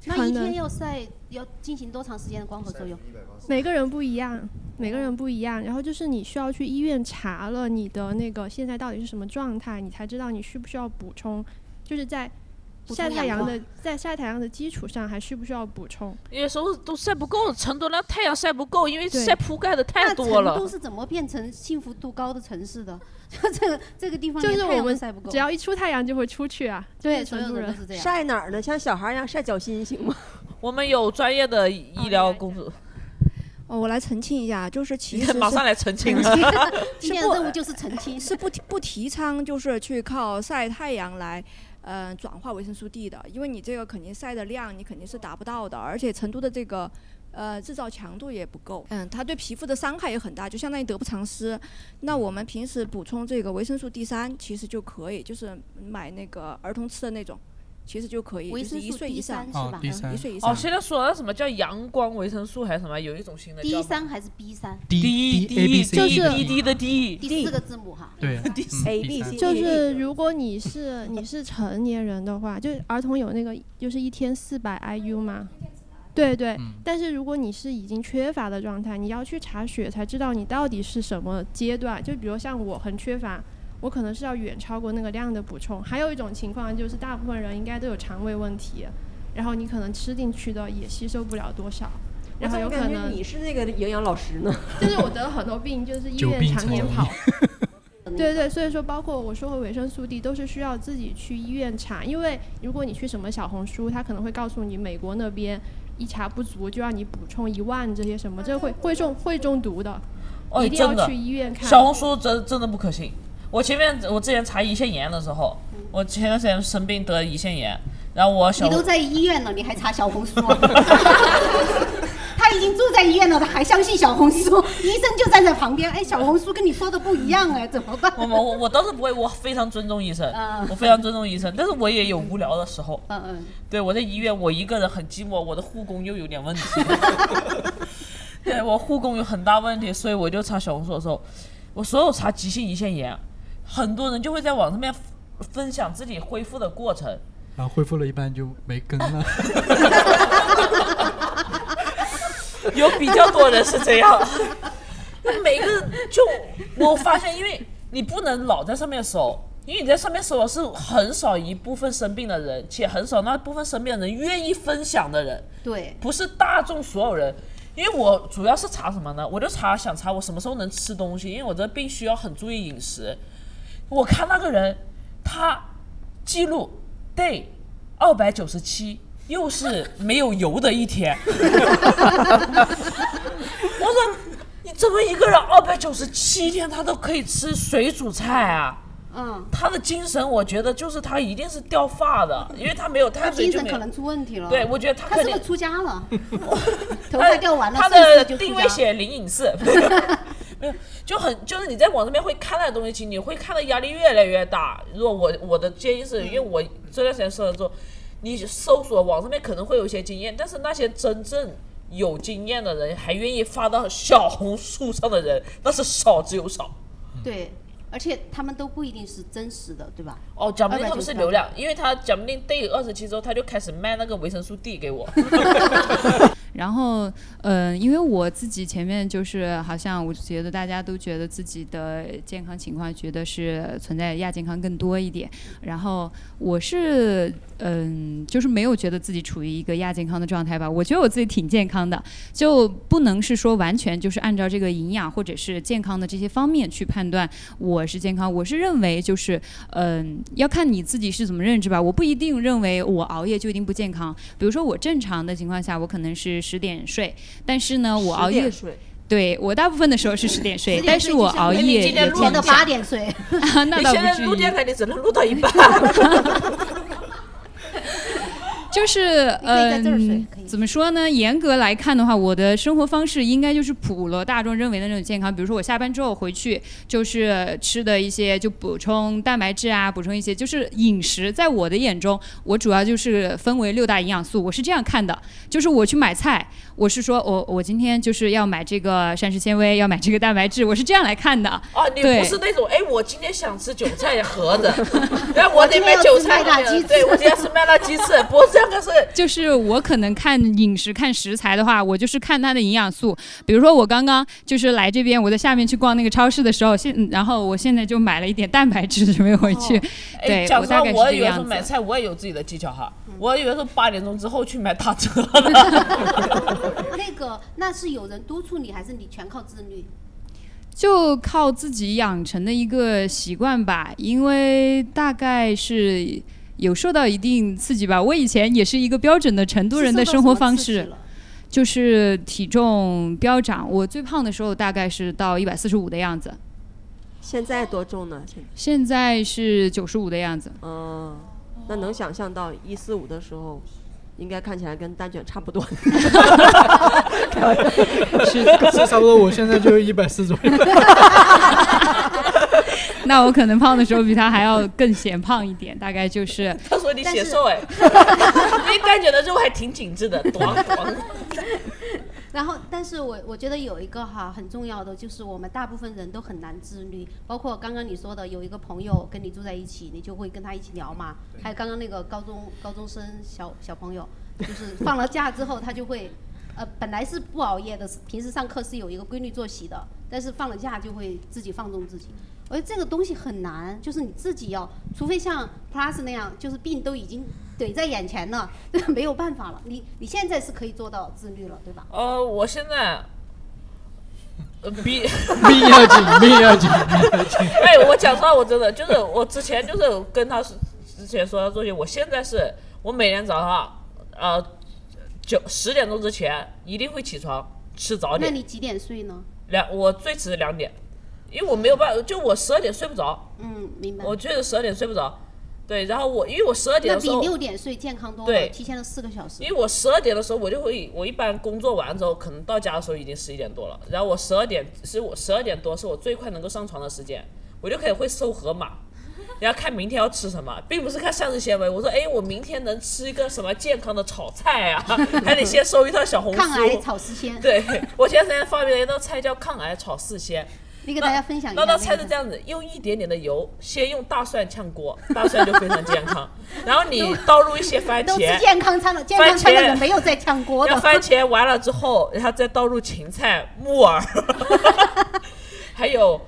A: 那
N: 可
A: 一
N: 能
A: 天要晒要进行多长时间的光合作用？
N: 每个人不一样，每个人不一样。然后就是你需要去医院查了你的那个现在到底是什么状态，你才知道你需不需要补充，就是在
C: 补充
N: 晒太
C: 阳
N: 阳
C: 光
N: 的在晒太阳的基础上还需不需要补充？
C: 有时候都晒不够，成都那太阳晒不够，因为
N: 对
C: 晒铺盖的太
A: 那
C: 多了
A: 成。都是怎么变成幸福度高的城市的？ 就这个这个地方
N: 就
A: 连
N: 是
A: 太
N: 我
A: 阳都
N: 们
A: 晒不够。
N: 只要一出太阳就会出去啊，就是
A: 对所有
N: 成都
A: 人
N: 人
A: 都是这样
H: 晒哪儿呢？像小孩儿一样晒脚心行吗？
C: 我们有专业的医疗工作，
I: 哦，我来澄清一下，就是 其实
C: 马
I: 是
C: 上来澄清
A: 今天的任务就是澄清，
I: 是不提不提倡就是去靠晒太阳来。嗯，转化维生素 D 的，因为你这个肯定晒的量，你肯定是达不到的，而且成都的这个，呃，制造强度也不够，嗯，它对皮肤的伤害也很大，就相当于得不偿失。那我们平时补充这个维生素 D 三其实就可以，就是买那个儿童吃的那种，其实就可以，
A: 维
I: 就是
A: 生
I: 一
A: 素
I: 岁以
A: D
I: 上，
A: 三是
I: 嗯
A: 吧
I: 一岁以上。
C: 哦，现在说那什么叫阳光维生素还是什么，有一种新的叫
A: D 三还是 B 三？
F: D
C: D
F: D A B
C: D
F: C
C: 就是
F: D
C: 的 D，
A: 第四个字母哈。
F: 对
C: D
H: A B
F: 嗯
H: C
N: 就是如果你是你是成年人的话，就是儿童有那个就是一天四百 IU 嘛，对对。但是如果你是已经缺乏的状态，你要去查血才知道你到底是什么阶段。就比如像我很缺乏，我可能是要远超过那个量的补充。还有一种情况就是大部分人应该都有肠胃问题，然后你可能吃进去的也吸收不了多少，然后有可
H: 哎我怎么感
N: 能
H: 觉你是那个营养老师呢。
N: 就是我得了很多病，就是医
H: 久
N: 院
H: 病
N: 常
H: 成
N: 年
H: 医
N: 跑。 对对，所以说包括我说回维生素 D 都是需要自己去医院查，因为如果你去什么小红书，它可能会告诉你美国那边一查不足就让你补充一万这些什么，这
C: 啊
N: 会会中会中毒的，
C: 哦，
N: 一定要
C: 真的
N: 去医院看。
C: 小红书真真的不可信。我前面我之前查胰腺炎的时候，我前段时间生病得胰腺炎，然后我小
A: 你都在医院了，你还查小红书、啊？ 他已经住在医院了，他还相信小红书？ 医生就站在旁边，哎，小红书跟你说的不一样哎，怎么办？
C: 我我我倒是不会，我非常尊重医生
A: 嗯，
C: 我非常尊重医生，但是我也有无聊的时候。
A: 嗯嗯，
C: 对，我在医院，我一个人很寂寞，我的护工又有 点问题。对我护工有很大问题，所以我就查小红书的时候，我所有查急性胰腺炎，很多人就会在网上面分享自己恢复的过程。
F: 然后恢复了一半就没跟了。
C: 有比较多人是这样。 那每个就我发现，因为你不能老在上面搜，因为你在上面搜的是很少一部分生病的人，且很少那部分生病的人愿意分享的人，
A: 对，
C: 不是大众所有人。因为我主要是查什么呢？我就查想查我什么时候能吃东西，因为我这必须要很注意饮食。我看那个人，他记录 day 二百九十七，又是没有油的一天。 我说，你怎么一个人二百九十七天他都可以吃水煮菜啊？
A: 嗯，
C: 他的精神，我觉得就是他一定是掉发的，因为他没有
A: 他
C: 碳水
A: 精
C: 就
A: 神
C: 没
A: 可
C: 有。
A: 能出问题了。
C: 对我觉得他
A: 他
C: 肯
A: 是不
C: 定
A: 是出家了？ 头发掉完了，
C: 他
A: 顺
C: 的
A: 势就出
C: 定
A: 家
C: 位写灵隐寺， 没有，就很就是你在网上面会看到的东西，其实你会看到压力越来越大。如果我我的建议是，因为我这段时间生了之后，你搜索网上面可能会有一些经验，但是那些真正有经验的人，还愿意发到小红书上的人，那是少之又少。
A: 对，而且他们都不一定是真实的，对吧？
C: 哦，讲不定他们
A: 298
C: 是流量，因为他讲不定 day 二十七之后，他就开始卖那个维生素 D 给 我。
J: 然后，嗯、因为我自己前面就是，好像我觉得大家都觉得自己的健康情况，觉得是存在亚健康更多一点。然后我是，嗯、就是没有觉得自己处于一个亚健康的状态吧。我觉得我自己挺健康的，就不能是说完全就是按照这个营养或者是健康的这些方面去判断我是健康。我是认为就是，嗯、要看你自己是怎么认知吧。我不一定认为我熬夜就一定不健康。比如说我正常的情况下，我可能是十点睡，但是呢，我熬夜。对我大部分的时候是十点睡，但是我熬夜也
A: 今天
J: 不
A: 录的
J: 健康
A: 八点睡，
J: 啊 那
C: 你
J: 倒
C: 现
J: 不
C: 在
J: 至
C: 录
J: 于
C: 电台，你只能录到一半。
J: 就是
A: 可以在这儿睡
J: 嗯，怎么说呢？严格来看的话，我的生活方式应该就是普罗大众认为的那种健康。比如说，我下班之后回去就是吃的一些，就补充蛋白质啊，补充一些就是饮食。在我的眼中，我主要就是分为六大营养素，我是这样看的。就是我去买菜，我是说我我今天就是要买这个膳食纤维，要买这个蛋白质，我是这样来看的。
C: 哦，你
J: 对
C: 不是那种哎，我今天想吃韭菜 盒子，然后我得
J: 今天
C: 买
J: 要
C: 韭
J: 吃
C: 菜
J: 麦辣
C: 盒
J: 鸡
C: 子对
J: 翅
C: 我今天是麦辣鸡翅，不是这个是
J: 就是我可能看饮食、看食材的话，我就是看它的营养素。比如说我刚刚就是来这边，我在下面去逛那个超市的时候，现嗯然后我现在就买了一点蛋白质准备回去。
C: 哎，
J: 对，
C: 讲
J: 我
C: 实
J: 大
C: 话，
J: 概是
C: 我
J: 这个
C: 有时
J: 样
C: 候
J: 子。
C: 买菜我也有自己的技巧哈，我有时候八点钟之后去买打折的，
A: 那个那是有人督促你，还是你全靠自律？
J: 就靠自己养成的一个习惯吧，因为大概是有受到一定刺激吧。我以前也是一个标准的成都人的生活方式，就是体重飙涨。我最胖的时候大概是到一百四十五的样子，
H: 现在多重呢？现在
J: 现在是九十五的样子。
H: 嗯，那能想象到一四五的时候，应该看起来跟蛋卷差不 多。
F: 是差不多，我现在就一百四左右。
J: 那我可能胖的时候比他还要更显胖一点，大概就是。
C: 他说你显 瘦哎，你感觉的肉还挺紧致的，短短。
A: 然后，但是我我觉得有一个哈很重要的，就是我们大部分人都很难自律，包括刚刚你说的，有一个朋友跟你住在一起，你就会跟他一起聊嘛。还有刚刚那个高中高中生小小朋友，就是放了假之后，他就会，呃，本来是不熬夜的，平时上课是有一个规律作息的，但是放了假就会自己放纵自己。而这个东西很难，就是你自己要，除非像 Plus 那样，就是病都已经怼在眼前了， 没有办法了。你你现在是可以做到自律了，对吧？
C: 呃，我现在。呃比
F: 命要紧，命要紧，命要紧。
C: 哎，我讲实话，我真的就是我之前就是跟他说之前说要做些，我现在是我每天早上啊、呃九十点钟之前一定会起床吃早
A: 那
C: 点。
A: 你几点睡呢？
C: 两我最迟两点，因为我没有办法，就我十二点睡不着，
A: 嗯，明白。
C: 我确实十二点睡不着。对，然后我因为我十二点
A: 那
C: 的
A: 比
C: 时候，
A: 六点睡健康多了，
C: 对
A: 提前了四个小时。
C: 因为我十二点的时候，我就会，我一般工作完之后，可能到家的时候已经十一点多了。然后我十二点是我十二点多是我最快能够上床的时间，我就可以会搜盒马， 然后看明天要吃什么，并不是看膳食纤维。我说，哎，我明天能吃一个什么健康的炒菜啊？ 还得先搜一套小红书。
A: 抗癌炒四鲜。
C: 对，我前段时间发明了一道菜叫抗癌炒四鲜。
A: 你给大家分享一下
C: 那道
A: 那
C: 菜
A: 个
C: 是这样子：用一点点的油，先用大蒜炝锅，大蒜就非常健康。然后你倒入一些番茄，
A: 都吃健康餐了，健康餐的
C: 番
A: 人
C: 茄
A: 没有在炝
H: 哦
A: 锅的。
C: 要番茄完了之后，然后再倒入芹菜、木耳， 还有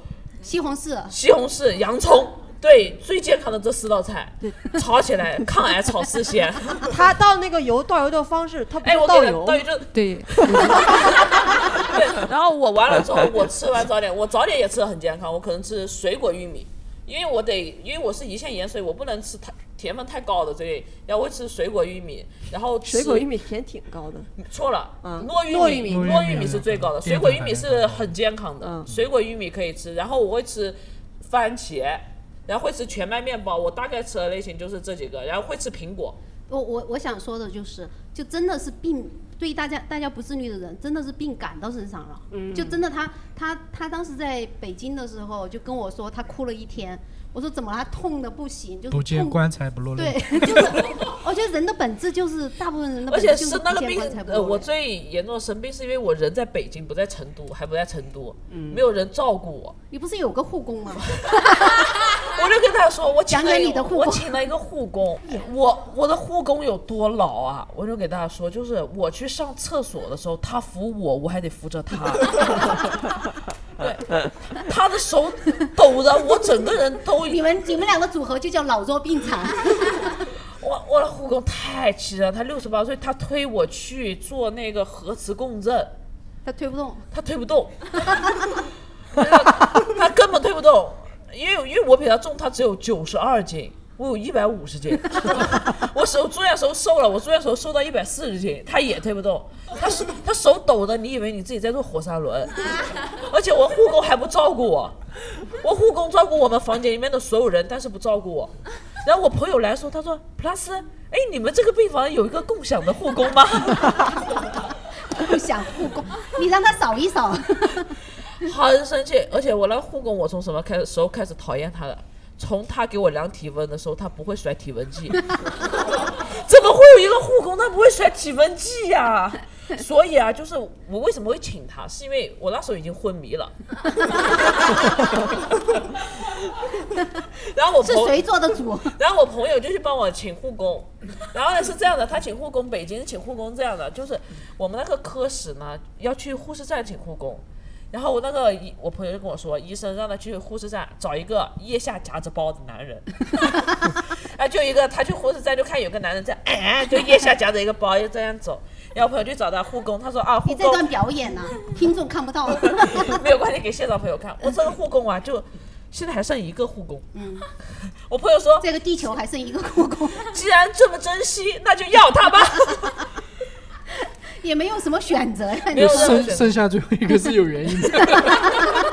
A: 西红柿、
C: 西红柿、洋葱，对，最健康的这四道菜，炒起来抗癌炒 四鲜。
H: 他倒那个油倒油的方式，他不
C: 哎，
H: 是
C: 我
H: 倒
C: 给
H: 油，
C: 倒一阵，
J: 对，
C: 对，然后我完了之后，我吃完早点，我早点也吃的很健康，我可能吃水果玉米，因为我得，因为我是胰腺炎，所以我不能吃太甜分太高的，所以然后我会吃水果玉米，然后吃
H: 水果玉米甜挺高的。
C: 错了，
A: 嗯
C: 糯
H: 糯
C: 玉
H: 玉
C: 米，
H: 米
C: 糯玉米是最高的，
H: 淀粉
C: 水果玉米是很健康的，
A: 嗯
C: 水果玉米可以吃，然后我会吃番茄，然后会吃全麦面包，我大概吃的类型就是这几个，然后会吃苹果，
A: 我我我想说的就是，就真的是病，对于大家大家不自律的人，真的是病赶到身上了。
C: 嗯
A: 就真的他他他当时在北京的时候就跟我说，他哭了一天。我说怎么了？他痛的不行，就是
O: 不见
A: 痛
O: 棺材不落
A: 对，
O: 泪。
A: 就是我觉得人的本质就是大部分人的
C: 而
A: 本质
C: 且
A: 就是是
C: 那
A: 不
C: 个
A: 见
C: 病
A: 棺材，不
C: 呃，
A: 落
C: 我
A: 泪
C: 最严重的生病是因为我人在北京，不在成都，还不在成都，
A: 嗯
C: 没有人照顾我，
A: 你不是有个护工吗？
C: 我就跟他说，我请
A: 讲
C: 了
A: 讲
C: 一
A: 你的护
C: 我
A: 工
C: 请了一个护 工，我我的护工有多老啊？我就给大家说，就是我去上厕所的时候，他扶我，我还得扶着他，他的手抖的，我整个人都。
A: 你们你们两个组合就叫老弱病残。
C: 我我的护工太气人了，他六十八岁，他推我去做那个核磁共振，
A: 他推不动，
C: 他推不动， 他根本推不动，因为因为我比他重，他只有九十二斤，我有一百五十斤， 我手住院时候瘦了，我住院时候瘦到一百四十斤，他也推不动，他手他手抖的，你以为你自己在做火山轮，而且我护工还不照顾我，我护工照顾我们房间里面的所有人，但是不照顾我。然后我朋友来说，他说：“plus，哎，你们这个病房有一个共享的护工吗？”
A: 不想护工，你让他扫一 扫。
C: 很生气，而且我那个护工，我从什么开始时候开始讨厌他的？从他给我量体温的时候，他不会甩体温计， 怎么会有一个护工他不会甩体温计呀、所以啊，就是我为什么会请他，是因为我那时候已经昏迷了。 然后我
A: 是
C: 朋友
A: 谁做的主？
C: 然后我朋友就去帮我请护工，然后呢是这样的，他请护工，北京请护工这样的，就是我们那个科室呢要去护士站请护工，然后我那个医我朋友就跟我说，医生让他去护士站找一个腋下夹着包的男人， 啊就一个他去护士站就看有个男人在，哎就腋下夹着一个包就这样走，然后我朋友去找他护工，他说啊护
A: 你
C: 工
A: 这段表演呢、
C: 哦
A: 听众看不到。
C: 没有关系，给现场朋友看，我这个护工啊就现在还剩一个护工，
A: 嗯，
C: 我朋友说
A: 这个地球还剩一个护工，
C: 既然这么珍惜，那就要他吧。
A: 也没有什么选择呀，你
F: 就
A: 说
F: 剩剩下最后一个是有原 因的。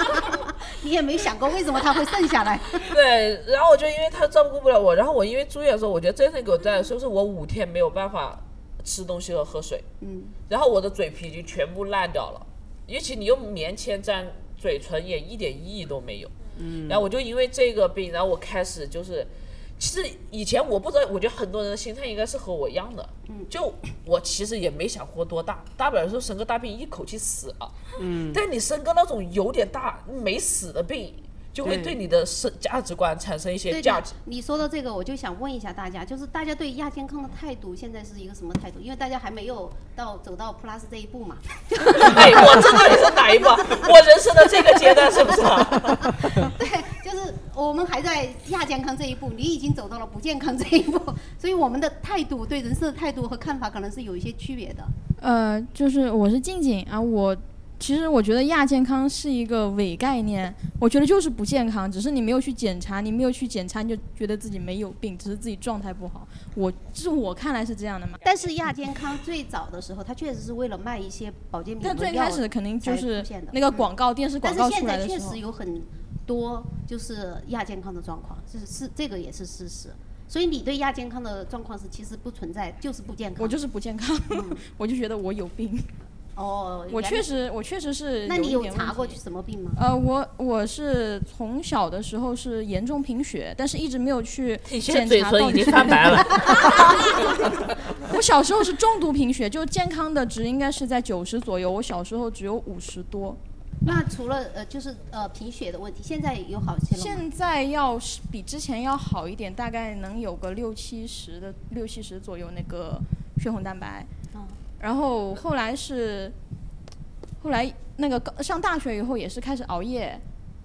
A: 你也没想过为什么他会剩下来。
C: 对，然后我就因为他照顾不了我，然后我因为住院的时候，我觉得这件事情给我带来，就是我五天没有办法吃东西和喝水，
A: 嗯，
C: 然后我的嘴皮已经全部烂掉了，尤其你用棉签沾嘴唇也一点意义都没有。
H: 嗯
C: 然后我就因为这个病，然后我开始就是，其实以前我不知道，我觉得很多人的心态应该是和我一样的，就我其实也没想活多大，大不了就生个大病一口气死了。
H: 嗯
C: 但你生个那种有点大没死的病，就会
A: 对
C: 对你的生价值观产生一些
A: 对
C: 价
A: 的
C: 值。，
A: 你说到这个，我就想问一下大家，就是大家对亚健康的态度现在是一个什么态度？因为大家还没有到走到 Plus 这一步嘛。
C: 哎，我知道你是哪一 步，我人生的这个阶段是不是啊？
A: 就是我们还在亚健康这一步，你已经走到了不健康这一步，所以我们的态度对人生的态度和看法可能是有一些区别的。
D: 呃，就是我是静静啊，我其实我觉得亚健康是一个伪概念，我觉得就是不健康，只是你没有去检查，你没有去检查，你就觉得自己没有病，只是自己状态不好。我这是我看来是这样的嘛。
A: 但是亚健康最早的时候，它确实是为了卖一些保健品
D: 但
A: 和
D: 最
A: 药
D: 开始肯定就
A: 才
D: 是
A: 出现的
D: 那个广告，电视广
A: 但
D: 告
A: 是
D: 出
A: 现
D: 来
A: 在
D: 的
A: 确
D: 时
A: 实
D: 候，
A: 有很多就是亚健康的状况，是是这个也是事实。所以你对亚健康的状况是其实不存在，就是不健康。嗯
D: 我就是不健康， 我就觉得我有病。
A: 哦，
D: 我
A: 原来
D: 确实，我确实是。
A: 那你
D: 有
A: 有
D: 一点问
A: 查
D: 题
A: 过什么病吗？
D: 呃，我我是从小的时候是严重贫血，但是一直没有去
C: 你现在
D: 检
C: 嘴
D: 查
C: 唇
D: 到
C: 已
D: 底
C: 经
D: 是
C: 翻白了
D: 我小时候是重度贫血，就健康的值应该是在九十左右，我小时候只有五十多。
A: 那除了呃，就是呃贫血的问题，现在有好些了吗？
D: 现在要是比之前要好一点，大概能有个六七十的六七十左右那个血红蛋白。
A: 嗯
D: 然后后来是，后来那个高上大学以后也是开始熬夜，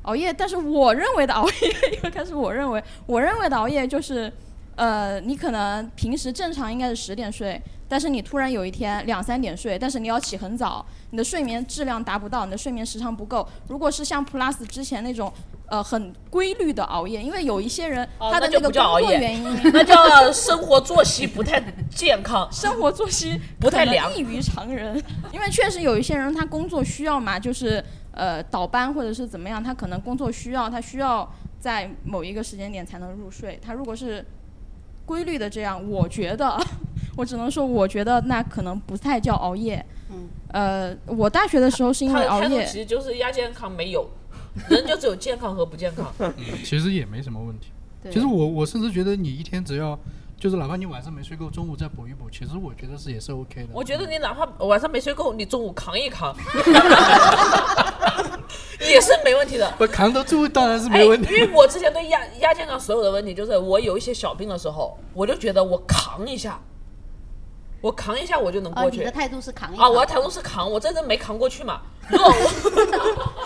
D: 熬夜，但是我认为的熬夜， 又开始我认为我认为的熬夜就是，呃，你可能平时正常应该是十点睡，但是你突然有一天两三点睡，但是你要起很早，你的睡眠质量达不到，你的睡眠时长不够。如果是像 Plus 之前那种。呃，很规律的熬夜，因为有一些人
C: 哦
D: 他的
C: 那就
D: 个
C: 不叫熬
D: 工作
C: 夜
D: 原因，
C: 那叫生活作息不太健 康，
D: 生活作息
C: 不太
D: 可能
C: 良
D: 异于常人， 因为确实有一些人他工作需要嘛，就是呃倒班或者是怎么样，他可能工作需要，他需要在某一个时间点才能入睡。他如果是规律的这样，我觉得， 我只能说我觉得那可能不太叫熬夜。
A: 嗯。
D: 呃，我大学的时候是因
C: 他
D: 为
C: 的
D: 熬
C: 态度
D: 夜，
C: 其实就是亚健康没有，人就只有健康和不健康。
F: 嗯其实也没什么问题。
C: 对
F: 其实我我甚至觉得你一天只要，就是哪怕你晚上没睡够，中午再补一补，其实我觉得是也是 OK 的。
C: 我觉得你哪怕晚上没睡够，你中午扛 一扛，也是没问题的。
F: 我扛得住当然是没
A: 哎
F: 问题。
C: 因为我之前对亚亚健康所有的问题，就是我有一些小病的时候，我就觉得我扛一下，我扛一下我就能
D: 哦
A: 啊、
C: 过
A: 你
C: 去。
A: 的态度是扛一扛
C: 啊，我的态度是扛，我这人没扛过去 嘛。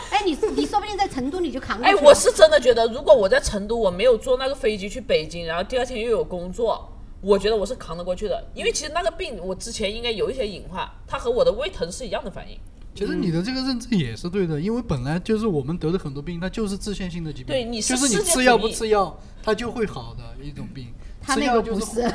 A: 哎，你你说不定在成都你就扛过
C: 哎，
A: 去了
C: 我是真的觉得，如果我在成都，我没有坐那个飞机去北京，然后第二天又有工作，我觉得我是扛得过去的。因为其实那个病，我之前应该有一些隐患，它和我的胃疼是一样的反应。
F: 其实
C: 嗯
F: 你的这个认知也是对的，因为本来就是我们得的很多病，它就是自限性的疾病，
C: 对你是
F: 就是
C: 世
F: 你
C: 界
F: 吃药
C: 主
F: 不
C: 义
F: 吃药，它就会好的一种病。
A: 他
F: 吃
A: 那个
F: 药就
A: 不是，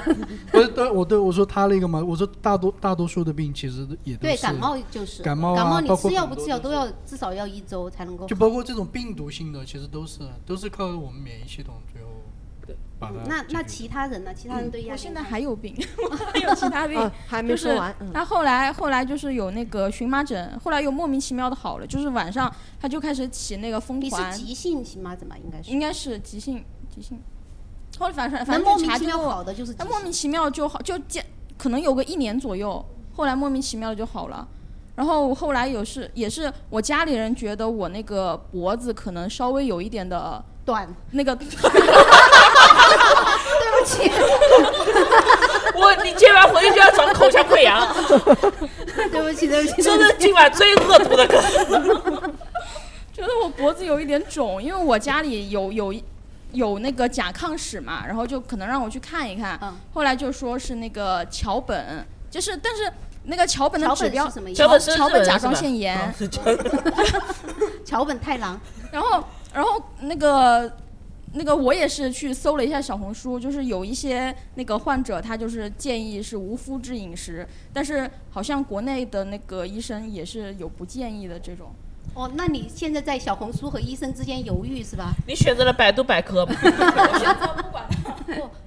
F: 不是，对，我对我说他那个嘛，我说大多大多数的病其实也都是
A: 对感冒就是
F: 感冒啊
A: 你
F: 包括
A: 吃药
F: 很
A: 不
F: 多
A: 吃药都要至少要一周才能够好。
F: 就包括这种病毒性的，其实都是都是靠我们免疫系统最后把它。
A: 那那其他人呢？其他人对
D: 嗯
A: 亚健
D: 我现
A: 康
D: 在还有病， 我还有其 他病，
H: 啊还没说完
D: 就是
H: 嗯
D: 他后来后来就是有那个荨麻疹，后来又莫名其妙的好了，就是晚上他就开始起那个风
A: 你
D: 团
A: 是，急性荨麻疹吧？应该是
D: 应该是急性急性。后来反正反
A: 那
D: 正
A: 莫
D: 就
A: 名
D: 查
A: 其
D: 出
A: 妙好的就是
D: 他莫名其妙就好，就见可能有个一年左右，后来莫名其妙的就好了。然后后来有是也是我家里人觉得我那个脖子可能稍微有一点的
A: 短，
D: 那个
A: 对不起，
C: 我你今晚回去就要长口腔溃疡，
A: 对不起，对不起，
C: 这是今晚最恶毒的歌。
D: 觉得我脖子有一点肿，因为我家里有有一有那个甲亢史嘛，然后就可能让我去看一看。
A: 嗯
D: 后来就说是那个桥本，就是但是那个桥本的
A: 桥
D: 指
A: 本
D: 标
A: 是什么意思
D: 桥
A: 桥本是
D: 桥本
A: 日本人
D: 甲
A: 是
D: 状
A: 吧
D: 腺炎，
A: 桥本太郎。
D: 然后，然后那个那个我也是去搜了一下小红书，就是有一些那个患者他就是建议是无麸质饮食，但是好像国内的那个医生也是有不建议的这种。
A: 哦，那你现在在小红书和医生之间犹豫是吧？
C: 你选择了百度百科吧？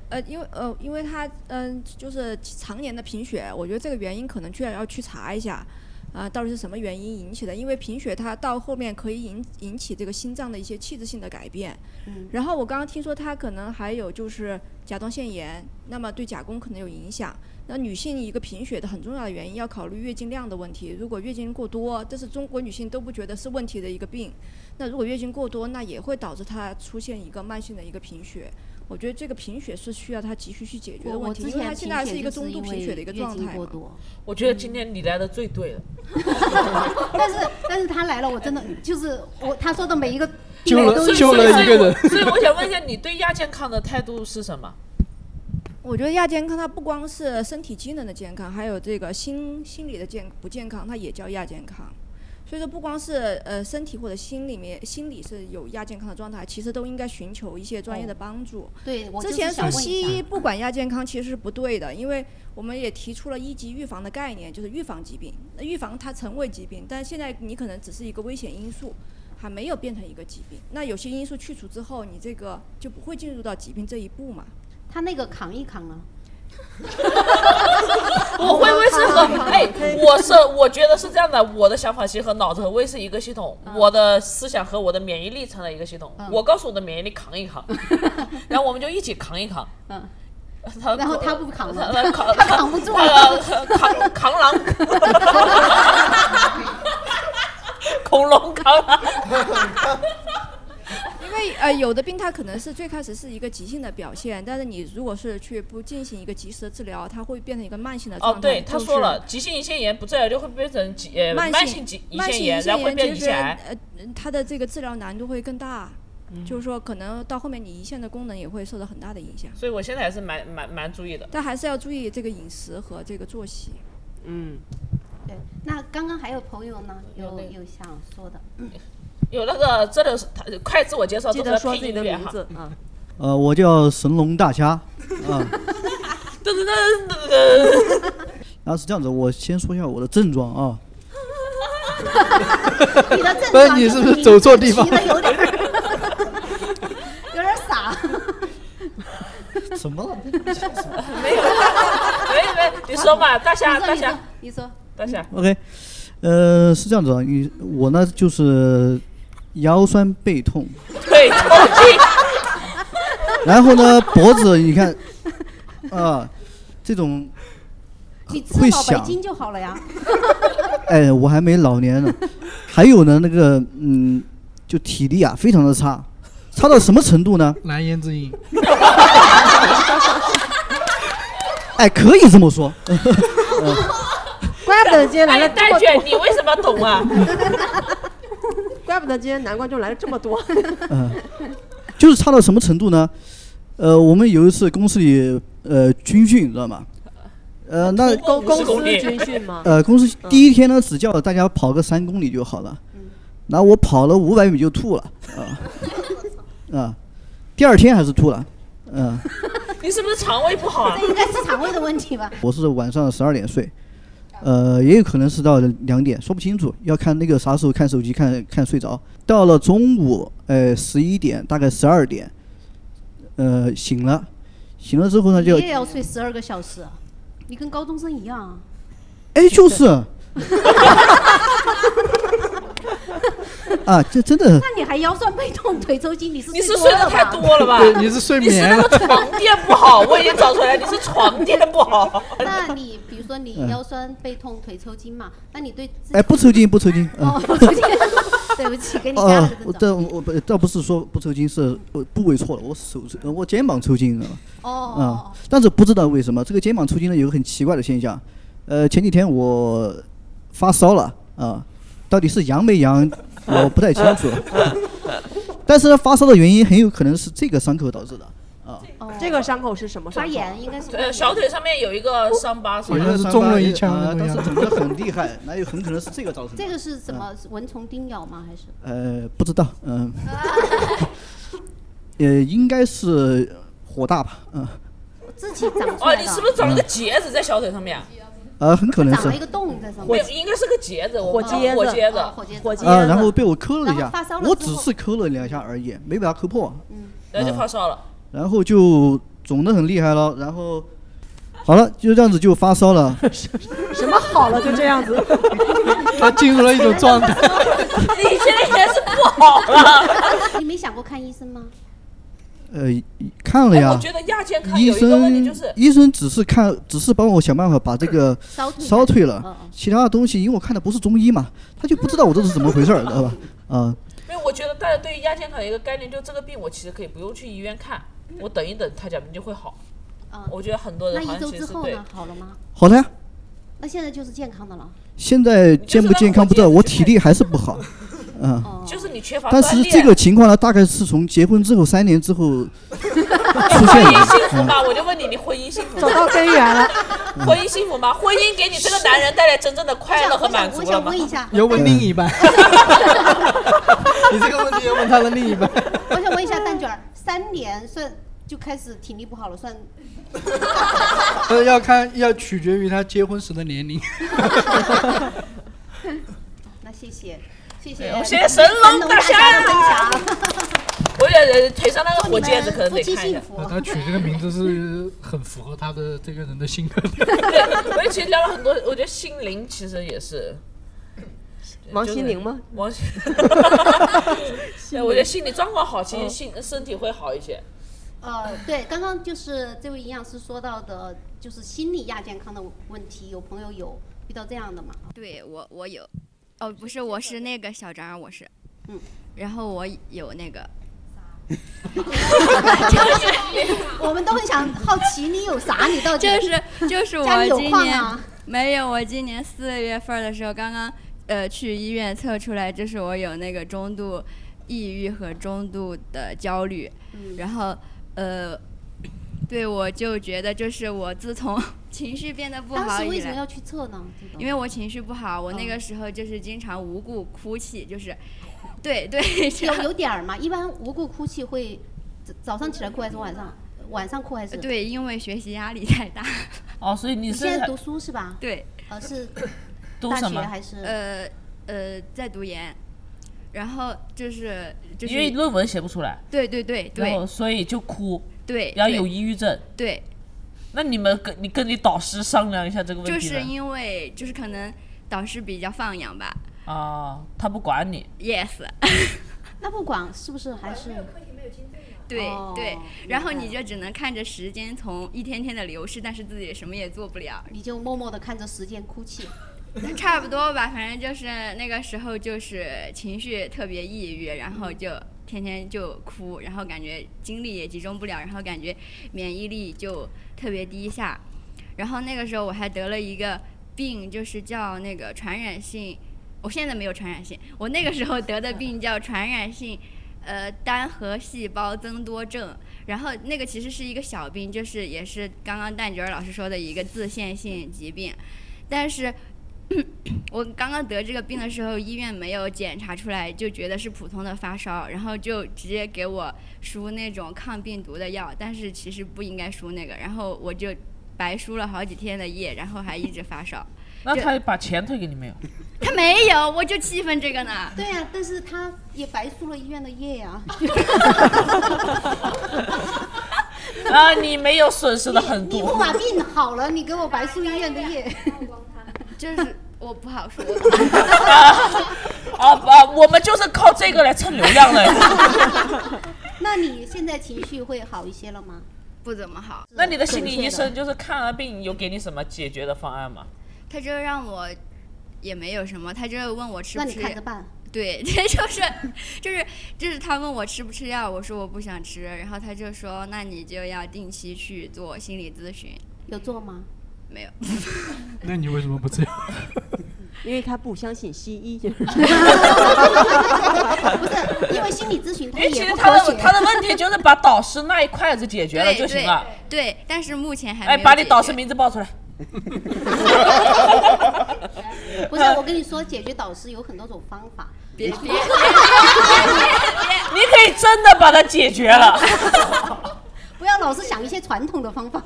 I: 呃，因为呃，因为他嗯、就是常年的贫血，我觉得这个原因可能去要去查一下，啊、到底是什么原因引起的？因为贫血它到后面可以引引起这个心脏的一些器质性的改变。
A: 嗯
I: 然后我刚刚听说它可能还有就是甲状腺炎，那么对甲功可能有影响。那女性一个贫血的很重要的原因要考虑月经量的问题，如果月经过多，这是中国女性都不觉得是问题的一个病。那如果月经过多，那也会导致她出现一个慢性的一个贫血。我觉得这个贫血是需要她急需去解决的
A: 我
I: 问
A: 我
I: 题，
A: 之
I: 因为她
A: 前
I: 现
A: 贫
I: 在
A: 血
I: 是一个
A: 就是
I: 中度
A: 因
I: 贫
A: 为
I: 血的一个
A: 月
I: 状
A: 经
I: 态
A: 过
I: 嘛。
A: 多，
C: 我觉得今天你来的最对了，
A: 但是但是他来了，我真的就是我他说的每一个
F: 救了
A: 每都是
F: 救了一个人
C: 所以我想问一下，你对亚健康的态度是什么？
I: 我觉得亚健康它不光是身体机能的健康，还有这个心心理的健不健康，它也叫亚健康。所以说，不光是呃身体或者心里面心理是有亚健康的状态，其实都应该寻求一些专业的帮助。
A: 对我
I: 之
A: 就是
I: 前
A: 想
I: 说
A: 问一
I: 西医
A: 下嗯
I: 不管亚健康其实是不对的，因为我们也提出了一级预防的概念，就是预防疾病。那预防它成为疾病，但现在你可能只是一个危险因素，还没有变成一个疾病。那有些因素去除之后，你这个就不会进入到疾病这一步嘛。
A: 他那个扛一扛啊。
C: 我会不会是和
I: 好好好
C: 哎
I: 可以，
C: 我是我觉得是这样的，我的想法其实和脑子和胃是一个系统，我的思想和我的免疫力成了一个系统。我告诉我的免疫力扛一扛，然后我们就一起扛一扛。
A: 嗯。
C: 然
A: 后他不扛了
C: 他扛
A: 他扛不住
C: 了，扛扛狼， 恐龙扛啊狼。
I: 因为呃，有的病它可能是最开始是一个急性的表现，但是你如果是去不进行一个及时的治疗，它会变成一个慢性的状
C: 哦
I: 态。，
C: 对，
I: 就
C: 他
I: 是
C: 说了，急性胰腺炎不治疗就会变成急呃
I: 慢
C: 慢
I: 性
C: 性急胰
I: 慢
C: 腺
I: 性
C: 炎，然后会变
I: 炎
C: 胰
I: 其实
C: 腺癌。
I: 呃，它的这个治疗难度会更大，
C: 嗯
I: 就是说可能到后面你胰腺的功能也会受到很大的影响。
C: 所以我现在还是蛮蛮蛮注意的。
I: 但还是要注意这个饮食和这个作息。
C: 嗯，
A: 对，那刚刚还有朋友呢，有有想说 的，嗯，
C: 有那个这里是他快自我介绍，
H: 记得
C: 这个
H: 说
C: 配
H: 自己
C: 音
H: 的
C: 乐
H: 名
C: 哈
H: 字啊。
E: 呃，我叫神龙大虾啊。
C: 噔噔噔噔噔。
E: 然后是这样子，我先说一下我的症状啊。
A: 你的症
E: 不是
A: 状
E: 你
A: 就是
E: 不是走错地方
A: 提的有点儿有点儿傻。
E: 什么？
C: 没有，没没，你说嘛，大侠大侠，
A: 你说，嗯
C: 大侠，
E: OK，呃，是这样子啊，你我呢就是腰酸背痛，
C: 对，
E: 然后呢脖子你看啊、 这种
A: 你吃
E: 会
A: 脑白
E: 想
A: 金就好了呀。
E: 哎，我还没老 年呢。还有呢，那个嗯，就体力啊，非常的差，差到什么程度呢？
F: 难言之 隐。
E: 哎，可以这么说。 呃
H: 怪不得今天来了
C: 哎，
H: 这
C: 戴
H: 么
C: 卷，
H: 多，
C: 你为什么懂啊？
H: 怪不得今天男观众来了这么多。
E: 嗯，就是差到什么程度呢？呃，我们有一次公司里呃军训，你知道吗？呃，那
H: 公公司军训吗？嗯
E: 呃，公司第一天呢，只叫大家跑个三公里就好了。然后我跑了五百米就吐了，啊、啊，第二天还是吐了，嗯、
C: 你是不是肠胃不好啊？
A: 这应该是肠胃的问题 吧？
E: 我是晚上十二点睡，呃，也有可能是到两点，说不清楚，要看那个啥时候看手机看看睡着。到了中午，呃，十一点大概十二点，呃，醒了，醒了之后呢
A: 你
E: 就，
A: 也要睡十二个小时啊，你跟高中生一样啊。
E: 哎， 就是，啊，这真的
A: 那你还腰酸背痛、腿抽筋，你是
C: 你是
A: 多
C: 睡得
A: 了
C: 太
A: 吧
C: 多了吧？
F: 对你是睡
C: 你是
F: 眠
C: 那
E: 啊
C: 个床垫不好，我已经找出来，你是床垫不好。
A: 那你比如说你
E: 嗯
A: 腰酸背痛、腿抽筋嘛，那你对自己
E: 哎，不抽筋，不抽筋，嗯、
A: 哦，抽筋， 对不起，给你加了
E: 哦
A: 个，
E: 我
A: 这
E: 这
A: 种。
E: 我不倒不是说不抽筋，是我部位错了，我手抽呃我肩膀抽筋，你知道吗？
A: 哦
E: 啊、但是不知道为什么这个肩膀抽筋呢，有个很奇怪的现象。呃，前几天我发烧了啊、到底是阳没阳，我不太清楚。 但是呢，发烧的原因很有可能是这个伤口导致的。啊，
H: 这个伤口是什么伤
A: 哦
H: 口？
A: 发炎应该是哦
C: 呃，小腿呃上面有一个伤疤，是
E: 好像
C: 吧？
E: 是
F: 中了一枪
E: 啊
F: 那种
E: 但是
F: 样
E: 肿得很厉害，那有很可能是这个造成的。
A: 这个是什么？蚊虫叮咬吗？还是？
E: 呃，不知道， 嗯、 呃，应该是火大吧，嗯、
A: 自己长出
C: 哦，
A: 来的。
C: 你是不是长
H: 嗯
C: 了个结子在小腿上面啊？
E: 呃，很可能
A: 长
E: 是
A: 了一，个洞在上
C: 没
A: 面哦
C: 有，？应该是个结子，我
H: 火
C: 不知道
H: 疖
C: 火
H: 子
C: 疖子，
A: 火疖子
H: 火疖
E: 呃，然后被我抠了一
A: 然
E: 下
A: 后发烧，了
E: 我
A: 之
E: 只
A: 后
E: 是抠了两下而已，没把它抠破，
A: 嗯
C: 然后就发烧了。
E: 然后就肿得很厉害了，嗯然后好了，就这样子就发烧了，
H: 什么好了就这样子？
F: 他进入了一种状态。
C: 你现在也是不好了。
A: 你没想过看医生吗？
E: 呃，看了
A: 哎
C: 哎我
E: 呀，
C: 觉得亚健康
E: 医
C: 有一个问题
E: 生
C: 就是，
E: 医生只是看，只是帮我想办法把这个
A: 烧退
E: 烧退
A: 嗯
E: 了，其他的东西，因为我看的不是中医嘛，他就不知道我这是怎么回事儿，知道吧？啊、
C: 没有，我觉得大家对于亚健康有一个概念，就这个病我其实可以不用去医院看，我等一等，它假病就会好。我觉得很多
A: 嗯那
C: 人好
A: 一周
C: 像其
A: 之
C: 实是
A: 后
C: 对
A: 呢？，好了吗？
E: 好了呀。
A: 那现在就是健康的了。
E: 现在健不健康不知道，我体力还是不好，嗯，
C: 哦就是你你缺乏
E: 但是
C: 锻
E: 这
C: 炼
E: 个情况呢，大概是从结婚之后三年之后 出
C: 婚
E: 现
C: 姻幸福
E: 的。
C: 吗？我就问你，你婚姻幸福吗？
E: 找到根源 了
C: 嗯婚姻幸福吗？婚姻给你这个男人带来真正的快乐和满足
A: 我
C: 了
A: 想
C: 吗
A: 问？一下，
F: 要问另一半， 你这个问题要问他的另一半。
A: 我想问一下蛋卷儿，三年算就开始体力不好了，算
F: 呃，要看要取决于他结婚时的年 龄。
A: 那谢谢，谢
C: 哎
A: 谢，
C: 呦谢谢神龙大
A: 家的分
C: 侠
A: 享。
C: 我觉得腿上那个火箭子可能得看一 下。
F: 呃他取这个名字是很符合他的这个人的性格的。
C: 我也其实聊了很多，我觉得心灵其实也是。
H: 王心凌吗？
C: 王心
H: 心
C: 对，
H: 灵
C: 我觉得心理状况好，其实
A: 哦
C: 心身体会好一些。
A: 呃，对，刚刚就是这位营养师说到的，就是心理亚健康的问题，有朋友有遇到这样的吗？
G: 对我，我有，哦，不是，我是那个小张儿，我是，
A: 嗯，
G: 然后我有那个，
A: 我们都很想好奇你有啥，你到底
G: 就是就是
A: 家
G: 我
A: 里有
G: 今
A: 矿
G: 年
A: 啊
G: 没有，我今年四月份儿的时候刚刚呃去医院测出来，就是我有那个中度抑郁和中度的焦虑，
A: 嗯
G: 然后呃，对我就觉得就是我自从 情绪变得不
A: 当
G: 好
A: 时为
G: 以
A: 什么要
G: 来。
A: 去测呢？这个
G: 因为我情绪不好，我那
A: 嗯
G: 个时候就是经常无故哭泣，就是，对 对，这样
A: 有有点儿嘛，一般无故哭泣会早早上起来哭还是晚上？晚上哭还是？
G: 对，因为学习压力太大。
C: 哦，所以
A: 你现在读书是吧？
G: 对。
A: 呃，是
G: 读
A: 大
G: 什
A: 学
G: 么
A: 还是？
G: 呃呃在读研，然后就是就是
C: 因为论文写不出来。
G: 对对对
C: 然后
G: 对
C: 所以就哭。
G: 对
C: 然后
G: 哎对
C: 有抑郁症。
G: 对，
C: 那你们跟你跟你导师商量一下这个问
G: 就
C: 题
G: 是
C: 呢
G: 因为就是可能导师比较放养吧
C: 啊，他不管你。
G: ，yes，
A: 那不管是不是还是？
G: 对、
A: 哦
G: 对，然后
A: 明白
G: 你就只能看着时间从一天天的流逝，但是自己什么也做不了，
A: 你 就默默的看着时间哭泣。
G: 差不多吧，反正就是那个时候就是情绪特别抑郁，然后就天天就哭，然后感觉精力也集中不了，然后感觉免疫力就特别低下。然后那个时候我还得了一个病，就是叫那个传染性，我现在没有传染性，我那个时候得的病叫传染性。呃，单核细胞增多症，然后那个其实是一个小病，就是也是刚刚蛋卷儿老师说的一个自限性疾病，但是我刚刚得这个病的时候，医院没有检查出来，就觉得是普通的发烧，然后就直接给我输那种抗病毒的药，但是其实不应该输那个，然后我就白输了好几天的夜，然后还一直发烧。
C: 那
G: 就
C: 他把钱退给你没有？
G: 他没有，我就气愤这个呢。
A: 对呀、但是他也白输了医院的夜 呀、
C: 啊，你没有损失的很
A: 你
C: 多。
A: 不把病好了，你给我白输医院的夜。
G: 就是我不好说。
C: 啊啊！我们就是靠这个来蹭流量的。
A: 那你现在情绪会好一些了吗？
G: 不怎么好。
C: 那你的心理医生就是看了病有给你什么解决的方案吗？
G: 他就让我也没有什么，他就问我吃不
A: 那
G: 吃。
A: 你看着办。
G: 对， 这就是就是就是他问我吃不吃药，我说我不想吃，然后他就说那你就要定期去做心理咨询。
A: 有做吗？
G: 没有。
F: 那你为什么不这样？
H: 因为他不相信西医。
A: 不是，因为心理咨询
C: 因
A: 他
C: 为其
A: 也
C: 实
A: 不
C: 他
A: 科学
C: 的。他的问题就是把导师那一块子解决了
G: 对
C: 就行
G: 对
C: 了。
G: 对，但是目前还没
C: 哎，
G: 有
C: 把你
G: 解
C: 导
G: 决
C: 师名字报出来。
A: 不是，我跟你说，解决导师有很多种方法。
G: 呃别别
C: 你可以真的把它解 决了。
A: 不要老是想一些传统的方法，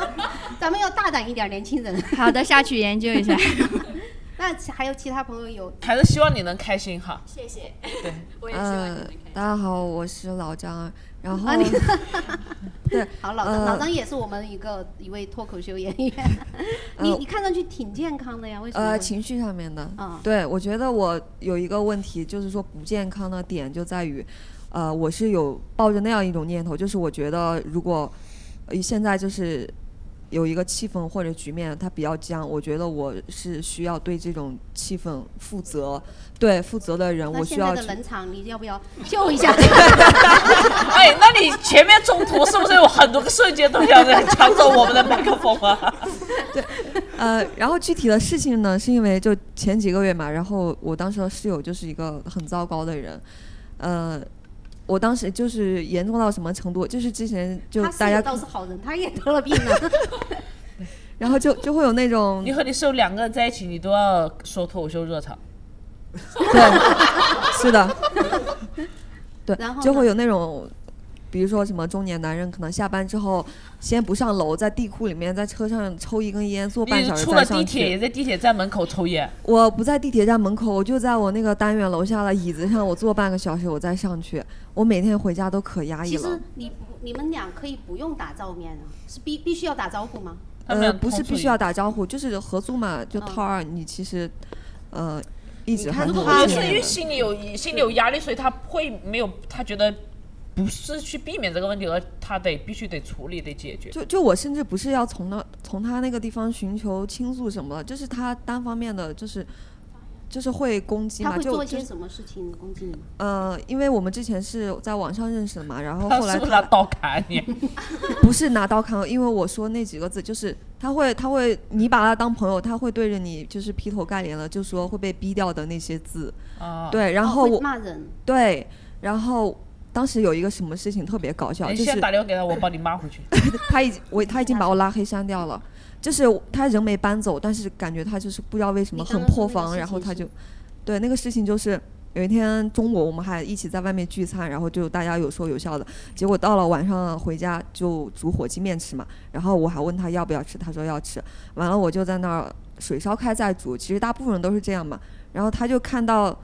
A: 咱们要大胆一点，年轻 人。
G: 好的，下去研究一下。
A: 那还有其他朋友有？
C: 还是希望你能开心哈。
A: 谢谢。
C: 对，
A: 我
O: 嗯，大家好，我是老张，然后、
A: 啊 你
O: 对，
A: 好，老张，
O: 呃
A: 老张也是我们一个一位脱口秀演员。你
O: 呃
A: 你看上去挺健康的呀，为什么
O: 呃
A: 会？
O: 情绪上面的，
A: 啊
O: 对我觉得我有一个问题，就是说不健康的点就在于，呃，我是有抱着那样一种念头，就是我觉得如果呃现在就是有一个气氛或者局面，它比较僵，我觉得我是需要对这种气氛负责，对负责的人，
A: 那
O: 我需
A: 现在
O: 要
A: 的
O: 去
A: 冷场，你要不要救 一下？
C: 哎，那你前面中途是不是有很多个瞬间都想抢走我们的麦克风啊？
O: 呃，然后具体的事情呢，是因为就前几个月嘛，然后我当时的室友就是一个很糟糕的人，呃，我当时就是严重到什么程度，就是之前就
A: 他
O: 大
A: 室
O: 家
A: 友倒是好人，他也得了病
O: 啊
A: 了。
O: 然后就就会有那种
C: 你和你室友两个人在一起，你都要说脱口秀热场。
O: 是的， 对
A: 然后，
O: 就
A: 呢
O: 会有那种，比如说什么中年男人，可能下班之后先不上楼，在地库里面，在车上抽一根烟，坐半
C: 你
O: 小时
C: 出了
O: 再上
C: 地铁，也
O: 去。
C: 在地铁站门口抽烟。
O: 我不在地铁站门口，我就在我那个单元楼下的椅子上，我坐半个小时，我再上去。我每天回家都可压抑
A: 其
O: 了
A: 实。你不你们俩可以不用打照面啊，是必必须要打招呼吗？
O: 呃，不是必须要打招呼，就是合租嘛，就套二，你其实，呃，一直还
C: 如
O: 挺
C: 果
O: 有
C: 他
O: 经
C: 是
O: 验
C: 因为
O: 的
C: 心里有心里有压力，所以他会没有他觉得不是去避免这个问题，而他得必须得处理得解决。
O: 就就我甚至不是要从那从他那个地方寻求倾诉什么的，就是他单方面的，就是就是会攻击
A: 他
O: 嘛，
A: 会
O: 就
A: 做一
O: 就
A: 些
O: 是
A: 什么事情攻击你吗？
O: 呃，因为我们之前是在网上认识的嘛，然后
C: 他
O: 后来
C: 是不是
O: 他
C: 拿刀砍你？
O: 不是拿刀砍我，因为我说那几个字，就是他会他会你把他当朋友，他会对着你就是劈头盖脸的就说会被逼掉的那些字，
C: 啊
O: 对，然后
A: 哦会
O: 我、
A: 骂人，
O: 对，然后当时有一个什么事情特别搞笑，
C: 你
O: 就
C: 现在
O: 是
C: 打电话给他，我帮你骂回去。
O: 他已经我他已经把我拉黑删掉了，就是他人没搬走，但是感觉他就是不知道为什么
A: 你刚
O: 很
A: 刚
O: 破
A: 说那个
O: 防，
A: 事
O: 然后
A: 情
O: 他
A: 是
O: 就，对那个事情就是有一天中午我们还一起在外面聚餐，然后就大家有说有笑的，结果到了晚上回家就煮火鸡面吃嘛，然后我还问他要不要吃，他说要吃，完了我就在那儿水烧开再煮，其实大部分人都是这样嘛，然后他就看到。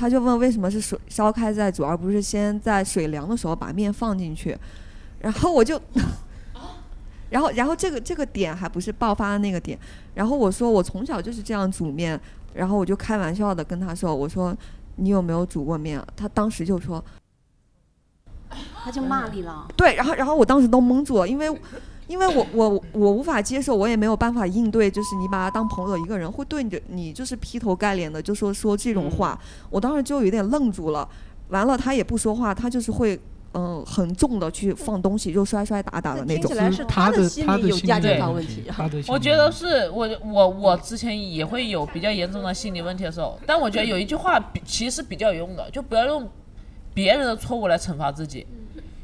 O: 他就问为什么是水烧开再煮，而不是先在水凉的时候把面放进去，然后我就然后，然后这个这个点还不是爆发的那个点。然后我说我从小就是这样煮面，然后我就开玩笑的跟他说，我说你有没有煮过面啊？他当时就说
A: 他就骂你了。
O: 对，然后然后我当时都懵住了，因为因为我我我无法接受，我也没有办法应对，就是你把他当朋友的一个人会对你的你就是劈头盖脸的就说说这种话，
F: 嗯
O: 我当时就有点愣住了。完了，他也不说话，他就是会。嗯，很重的去放东西，就摔摔打打的那
F: 听
O: 种。
F: 起来是嗯他的心理有亚健康问题啊他的心理
C: 我觉得是我我我之前也会有比较严重的心理问题的时候，但我觉得有一句话比其实比较有用的，就不要用别人的错误来惩罚自己，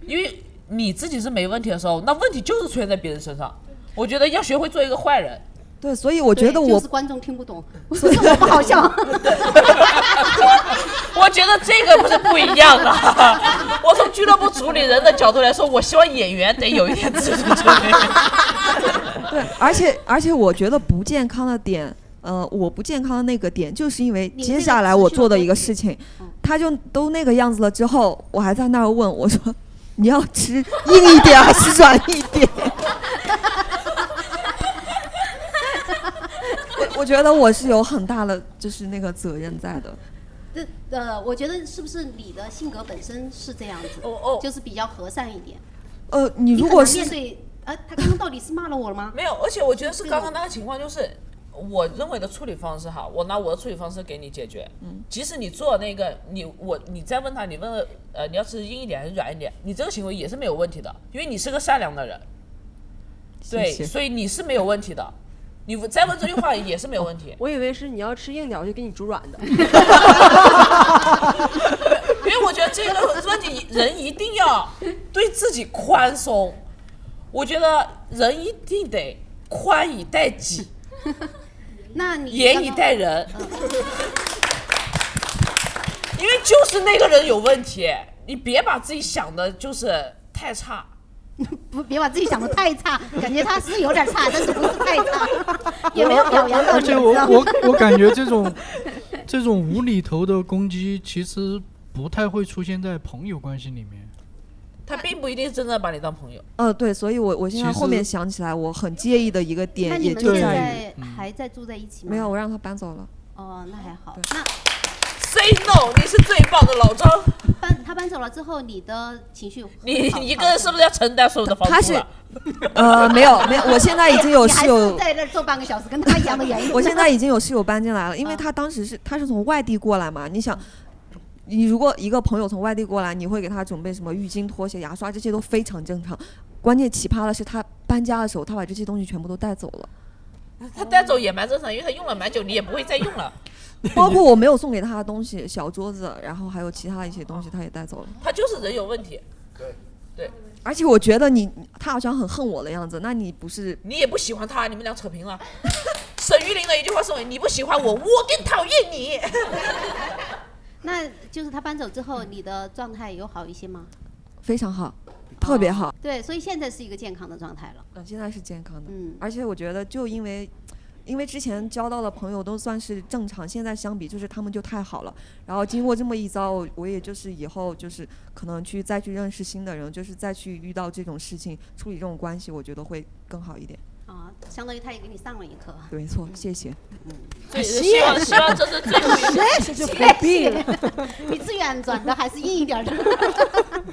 C: 因为你自己是没问题的时候，那问题就是出现在别人身上。我觉得要学会做一个坏人。
O: 对，所以我觉得
A: 对
O: 我
A: 就是观众听不懂，不是我不好笑。
C: 我觉得这个不是不一样的。 我从俱乐部主理人的角度来说，我希望演员得有一点自主权。
O: 对，而且而且我觉得不健康的点，呃，我不健康的那个点，就是因为接下来我做的一个事情，
A: 嗯
O: 他就都那个样子了之后，我还在那儿问我说，你要 吃硬一点还是软一点？ 我我觉得我是有很大的就是那个责任在的，
A: 这呃，我觉得是不是你的性格本身是这样子？
C: 哦哦，
A: 就是比较和善一点。
O: 呃，你如
A: 很
O: 果
A: 难
O: 是
A: 面对，呃，他刚刚到底是骂了我了吗？
C: 没有，而且我觉得是刚
A: 嗯
C: 刚那个情况，就是我认为的处理方式哈，我拿我的处理方式给你解决。嗯，即使你做那个，你我你再问他，你问了呃你要吃硬一点还是软一点，你这个行为也是没有问题的，因为你是个善良的人。对，
H: 谢谢
C: 所以你是没有问题的。你再问这句话也是没有问题
H: ，我以为是你要吃硬点，我就给你煮软的。
C: 因为我觉得这个问题人一定要对自己宽松。我觉得人一定得宽以待己，
A: 那你
C: 严
A: 刚
C: 以
A: 刚
C: 待人。因为就是那个人有问题，你别把自己想的就是太差。
A: 不，别把自己想的太差，感觉他是有点差，但是不是太差，也没有表扬到
F: 而
A: 你，知
F: 且我
A: 道吗
F: 我我感觉这种 这种无厘头的攻击，其实不太会出现在朋友关系里面。
C: 他并不一定真的把你当朋友。
O: 呃，对，所以我我现在
F: 其
O: 后面
F: 实
O: 想起来，我很介意的一个
A: 那
O: 点，
A: 你
O: 也
A: 们
O: 就
A: 现
O: 在于
A: 在还在住在一起吗？
O: 没有我让他搬走了。
A: 哦，那还好。那
C: Say no，你是最棒的老张。
A: 搬他搬走了之后，你的情绪
C: 你
A: 好
C: 一个人是不是要承担所有的房租、啊？
O: 他是，呃，没有没有，我现在已经 有室
A: 你还
O: 友
A: 是，在那儿坐半个小时，跟他一样的原因。
O: 我现在已经有室友搬进来了，因为他当时是他是从外地过来嘛，你想。你如果一个朋友从外地过来，你会给他准备什么浴巾、拖鞋、牙刷，这些都非常正常。关键奇葩的是，他搬家的时候，他把这些东西全部都带走了。
C: 他带走也蛮正常，因为他用了蛮久，你也不会再用了。
O: 包括我没有送给他的东西，小桌子，然后还有其他一些东西，他也带走了。
C: 他就是人有问题。对，对
O: 而且我觉得你，他好像很恨我的样子。那你不是
C: 你也不喜欢他，你们俩扯平了。沈玉琳的一句话送给你：不喜欢我，我更讨厌你。
A: 那就是他搬走之后，你的状态有好一些吗？
O: 非常好，特别好。
A: 对，所以现在是一个健康的状态了。
O: 嗯，现在是健康的。嗯，而且我觉得，就因为，因为之前交到的朋友都算是正常，现在相比就是他们就太好了。然后经过这么一遭，我我也就是以后就是可能去再去认识新的人，就是再去遇到这种事情，处理这种关系，我觉得会更好一点。
A: 啊，相当于他也给你上了一课。
O: 没错，谢谢。
C: 对嗯希望希望这是最后一 个
A: 啊谢谢
O: 就
A: 谢
O: 不必
A: 谢
O: 了
A: 你自愿转的还是硬一点儿 的。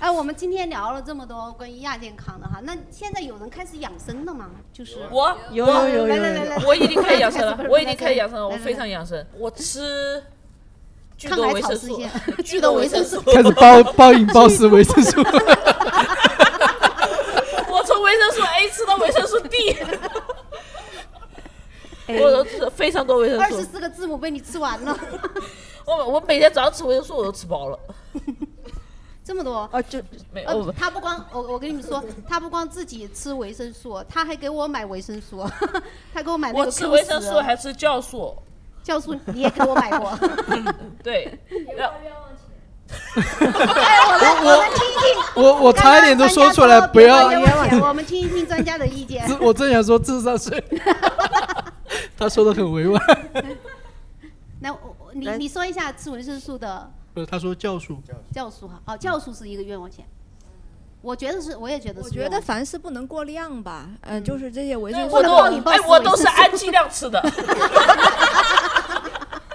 A: 哎，我们今天聊了这么多关于亚健康的哈，那现在有人开始养生了吗？就是
C: 我
A: 我
C: 我
A: 来来来来，
C: 我已经开始养生
A: 不
C: 了
A: 是，
C: 我已经开始养生了，
A: 来
C: 我
A: 来
C: 非常养生，我吃巨
A: 抗
C: 多
A: 癌
C: 维
A: 草
C: 生
A: 是
C: 素
A: 一，
C: 巨多维生素，
F: 开始暴 暴饮暴食维生素。
C: 我从维生素 A 吃到维生素 B，
A: 哎
C: 我吃非常多维生
A: 二
C: 素
A: 十，四个字母被你吃完了，
C: 我我每天早上吃维生素我都吃饱了。
A: 这么多
C: 哦
H: 啊，这
C: 没有
A: 呃，他不光我我跟你们说，他不光自己吃维生素，他还给我买维生素， 他给我买那
C: 我
A: 个啊
C: 吃
A: Q10
C: 维生素还吃酵素，
A: 酵素，你也给我买 过。
C: 对，然后
A: 哎，我来我来听一听。
F: 我我差一点都说出来，不要。
A: 别管别管我们听一听专家的意见。
F: 我正想说智商税， 他说的很委婉。
A: 那我我你你说一下吃维生素的
F: 不是，他说酵素。
A: 酵素哈，
C: 嗯
A: 哦，酵素是一个愿望钱，我觉得是，我也觉得
I: 我
A: 是
I: 觉
A: 愿望钱。
I: 得凡事不能过量吧，嗯，就是这些维
A: 对
I: 生素
A: 我
I: 的
A: 都
I: 暴饮暴
A: 哎
I: 食
A: 我
I: 维
A: 都
I: 生
A: 是
I: 素
A: 按
C: 剂量吃的。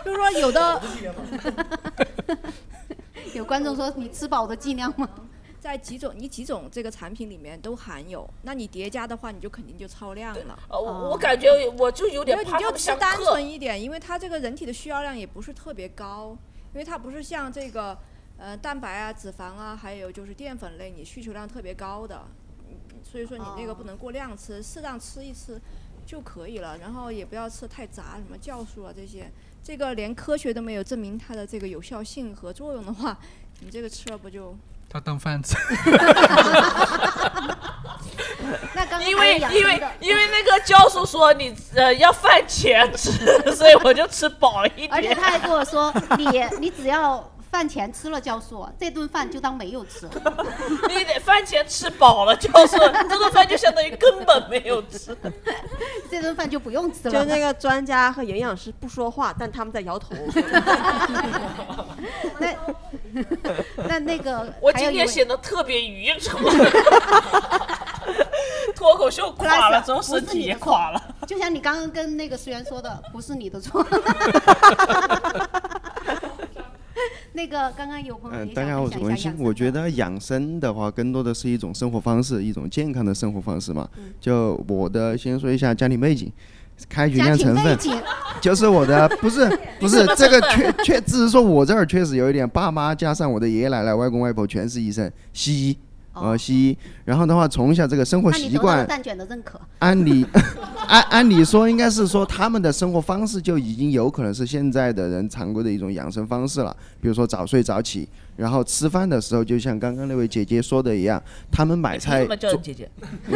I: 就是说有的
A: 有观众说你吃饱的剂量吗？
I: 在几种你几种这个产品里面都含有，那你叠加的话，你就肯定就超量了。
C: 呃我我感觉我就有点
I: 没有嗯
C: 怕
I: 你
C: 他
I: 就
C: 们
I: 吃
C: 相
I: 单
C: 克
I: 纯一点，因为它这个人体的需要量也不是特别高，因为它不是像这个呃蛋白啊、脂肪啊，还有就是淀粉类，你需求量特别高的，嗯所以说你那个
C: 哦
I: 不能过量吃，适当吃一吃就可以了。然后也不要吃太杂，什么酵素啊这些，这个连科学都没有证明它的这个有效性和作用的话，你这个吃了不 就？
F: 他当饭吃。
A: 那刚
C: 因为因为因为那个教授说你呃要饭前吃， 所以我就吃饱了一点。
A: 而且他还跟我说，你你只要饭前吃了酵素，这顿饭就当没有 吃。
C: 你得饭前吃饱了，教授这顿饭就相当于根本没有吃。
A: 这顿饭就不用吃了。
H: 就那个专家和营养师不说话，但他们在摇 头。
A: 那那那个
C: 我
A: 还有一
C: 今天
A: 位
C: 显得特别愚蠢， 脱口秀垮了，之后身体也垮了。
A: 了。 就像你刚刚跟那个石原说的，不是你的错。 那个刚刚有朋友
B: 嗯，
A: 也
B: 大
A: 想
B: 家好，我
A: 分
B: 是
A: 享一
B: 文
A: 下
B: 心
A: 养。生
B: 我觉得养生的话，更多的是一种生活方式，一种健康的生活方式嘛。
A: 嗯
B: 就我的，先说一下家庭背景，
E: 哎
B: 开
A: 家
B: 源量
A: 庭
B: 成
A: 背
B: 分
A: 景，
B: 就是我 的，不是不
A: 什
B: 是
A: 么
B: 这个
A: 成
B: 确
A: 分
B: 确，只是说我这儿确实有一点，爸妈加上我的爷爷奶奶、外公外婆全是医生，西医，呃，西医。然后的话，从小这个生活
A: 那你
B: 习
A: 得到了
B: 惯，
A: 蛋卷的认可。
B: 按理按按理说，应该是说他们的生活方式就已经有可能是现在的人常规的一种养生方式了，比如说早睡早起，然后吃饭的时候就像刚刚那位姐姐说的一样，他们买
C: 凭
B: 菜
C: 什么叫你姐姐？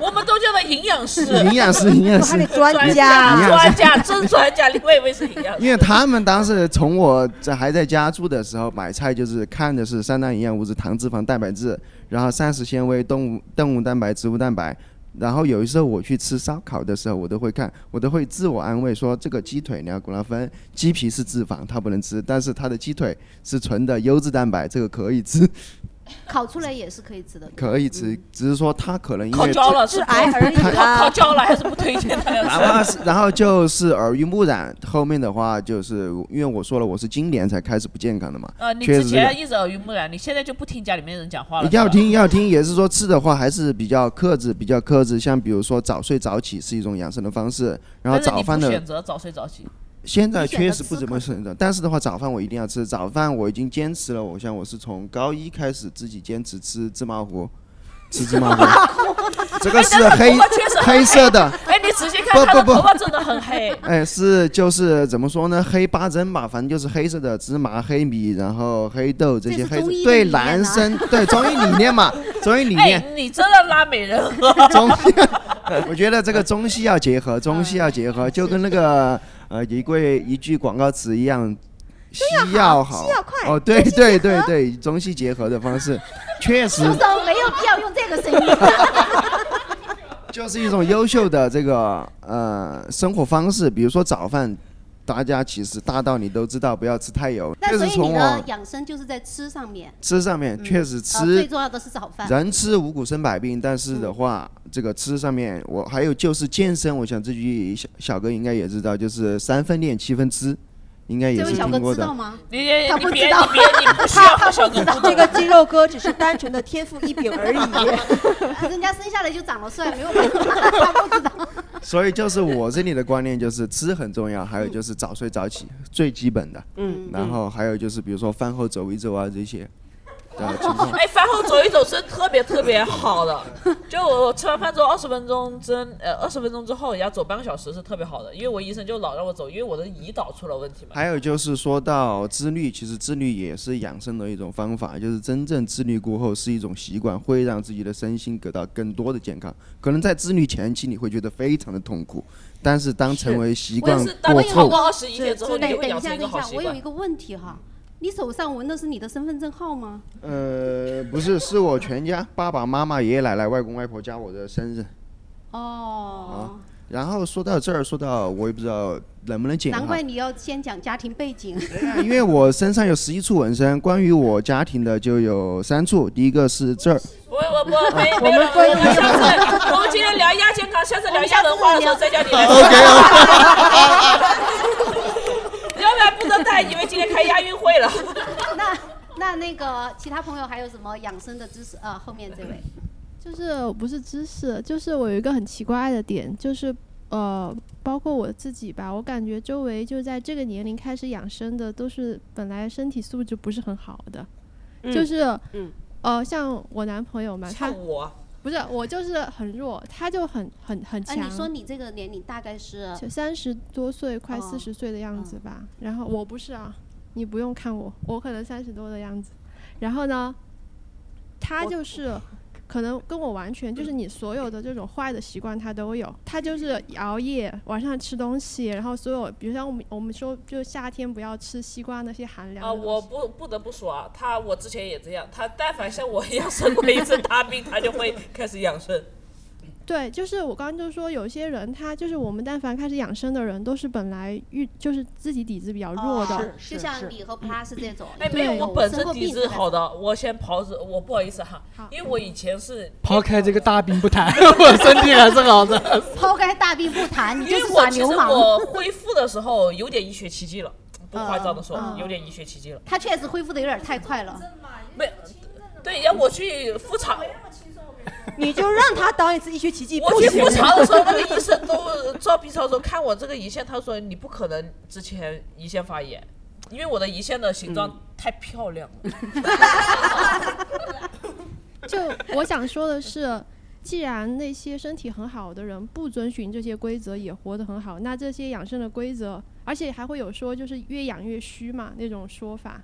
C: 我们都叫他营养师，
B: 营养师营养师我还得专
C: 专
B: 家营养
C: 专
B: 师
C: 家，真专家。另外一位是营养师，
B: 因为他们当时从我在还在家住的时候买菜，就是看的是三大营养物质：糖、脂肪、蛋白质，然后膳食纤维、动物动物蛋白、植物蛋白。然后有一时候我去吃烧烤的时候，我都会看，我都会自我安慰说，这个鸡腿你要给它分，鸡皮是脂肪，它不能吃，但是它的鸡腿是纯的优质蛋白，这个可以吃，
A: 烤出来也是可以吃的。哎
B: 可以吃，只是说它可能因
C: 烤
B: 为
C: 焦了是
H: 癌而已
C: 啊，烤焦了还是不推荐 他
B: 然后
C: 要吃
B: 是。，然后就是耳濡目染，后面的话就是因为我说了，我是今年才开始不健康的嘛，
C: 呃，你
B: 确
C: 之
B: 实有
C: 前一直耳濡目染，你现在就不听家里面人讲话了。
B: 要听要听，也是说吃的话还是比较克制，比较克制。像比如说早睡早起是一种养生的方式，然后
C: 但是
B: 早
C: 你
B: 饭
C: 不
B: 的
C: 选择早睡早起，
B: 现在
C: 你选择
B: 确 实不怎么选择，但是的话早饭我一定要吃。早饭我已经坚持了，我像我是从高一开始自己坚持吃芝麻糊，吃芝 麻糊。这个是
C: 哎但
B: 黑
C: 头发确实很
B: 黑色的，
C: 哎，你仔细看，
B: 不
C: 他的
B: 不不
C: 头发真的很 黑。
B: 哎，是就是怎么说呢？黑八珍吧，反正就是黑色的芝麻、黑米，然后黑豆这些黑色
C: 中医的
B: 对
C: 理念
B: 男
C: 呐
B: 生对中医理念 嘛，中医理念
C: 哎。，你真的拉美人和
B: 中西，我觉得这个中西要结合，中西要结合，就跟那个呃一贵一句广告词一样，西药好，西药快。哦，对对对对，中西结合的方 式，确实
A: 书生没有必要用这个声 音。
B: 就是一种优秀的这个呃生活方式。比如说早饭，大家其实大道理都知道，不要吃太油，
A: 那
B: 就
A: 所
B: 是
A: 以你
B: 从
A: 的
B: 我
A: 养生就是在吃上面，
B: 吃上面
A: 嗯
B: 确实
A: 呃最
B: 吃
A: 重要的是早饭。
B: 人吃五谷生百病，但是的话，这个吃上面我还有就是健身，我想这句小小哥应该也知道，就是三分练七分吃，应该也
H: 这
B: 是
H: 位小
B: 听
H: 哥
B: 过
H: 知道
B: 的。
A: 吗？
C: 你别
H: 他
C: 你
H: 不
C: 别
H: 知道
C: 你别你不需要
H: 他
C: 小哥
H: 这个肌肉哥只是单纯的天赋异禀而已。
A: 人家生下来就长得帅，没有办法。
B: 所以就是我这里的观念就是吃很重要，还有就是早睡早起最基本的。
H: 嗯
B: 然 后还有就是比如说饭后走一走啊这些。呃，情况
C: 哎，饭后走一走是特别特别好的，就我吃完饭之后二十分钟之呃二十分钟之后也要走半个小时是特别好的，因为我医生就老让我走，因为我的胰岛出了问题嘛。
B: 还有就是说到自律，其实自律也是养生的一种方法，就是真正自律过后是一种习惯，会让自己的身心得到更多的健康。可能在自律前期你会觉得非常的痛苦，但是当成为习惯
C: 我也是当
B: 过
C: 你熬
B: 后
C: 过，21天之后
A: 等
C: 你就会
A: 等一
C: 养成
A: 下，
C: 一
A: 等一
C: 个好
A: 下，
C: 习
A: 我有
C: 惯
A: 一个问题哈，你手上纹的是你的身份证号吗？
B: 呃，不是，是我全家爸爸妈妈、爷爷奶奶、外公外婆加我的生日
A: 哦，
B: 啊。然后说到这儿，说到我也不知道能不能剪
A: 难
B: 哈
A: 怪，你要先讲家庭背景。
B: 哎因为我身上有十一处纹身，关于我家庭的就有三处，第一个是这儿。
C: 我我 我没
B: 我
C: 没
B: 们
C: 有了，
B: 关于
C: 我们下次我们今天聊亚健康，下次聊一下文化的时候再叫你来。
B: OK，
C: 要不然不能带，以为今天开亚运会了。
A: 那那那个其他朋友还有什么养生的知识？呃，后面这位，
N: 就是我不是知识，就是我有一个很奇怪的点，就是呃，包括我自己吧，我感觉周围就在这个年龄开始养生的，都是本来身体素质不是很好的，就
P: 嗯
N: 是
P: 嗯
N: 呃，像我男朋友嘛，他
C: 像我
N: 不是我就是很弱，他就很很很
A: 哎、
N: 强。
A: 你说你这个年龄大概是
N: 就三十多岁，
A: 哦
N: 快四十岁的样
A: 嗯
N: 子吧。然后我不是啊，你不用看我，我可能三十多的样子。然后呢，他就是可能跟我完全就是你所有的这种坏的习惯他都有，他就是熬夜，晚上吃东西，然后所有比如像我们我们说就夏天不要吃西瓜那些寒凉
C: 啊，
A: 哦
N: 的东西。
C: 我不不得不说啊，他我之前也这样，他但凡像我一样生过一次大病，他就会开始养生。
N: 对，就是我刚刚就说，有些人他就是我们，但凡开始养生的人，都是本来遇就是自己底子比较弱的，
A: 哦就像你和 plus 这种，
C: 哎，没
N: 对
C: 有，我本身
A: 生过
C: 底
A: 病
C: 子好的，我先刨子，我不好意思哈，因为我以前是
P: 抛开这个大病不谈， 我身体还是 好的。
A: 抛开大病不谈，你
C: 因
A: 就
C: 为
A: 是
C: 我
A: 耍
C: 其实
A: 流氓。
C: 我恢复的时候有点医学奇迹了，不夸张的说，
A: 嗯嗯
C: 有点医学奇迹了。
A: 他确实恢复的有点太快了。
C: 对，让哎我去复 查，
H: 你就让他当一次医学奇迹，
C: 我
H: 不
C: 去
H: 行
C: 复查的时候，那个医生都照 B 超的时候看我这个胰腺，他说你不可能之前胰腺发炎，因为我的胰腺的形状太漂亮了。
N: 就我想说的是，既然那些身体很好的人不遵循这些规则也活得很好，那这些养生的规则，而且还会有说就是越养越虚嘛那种说法，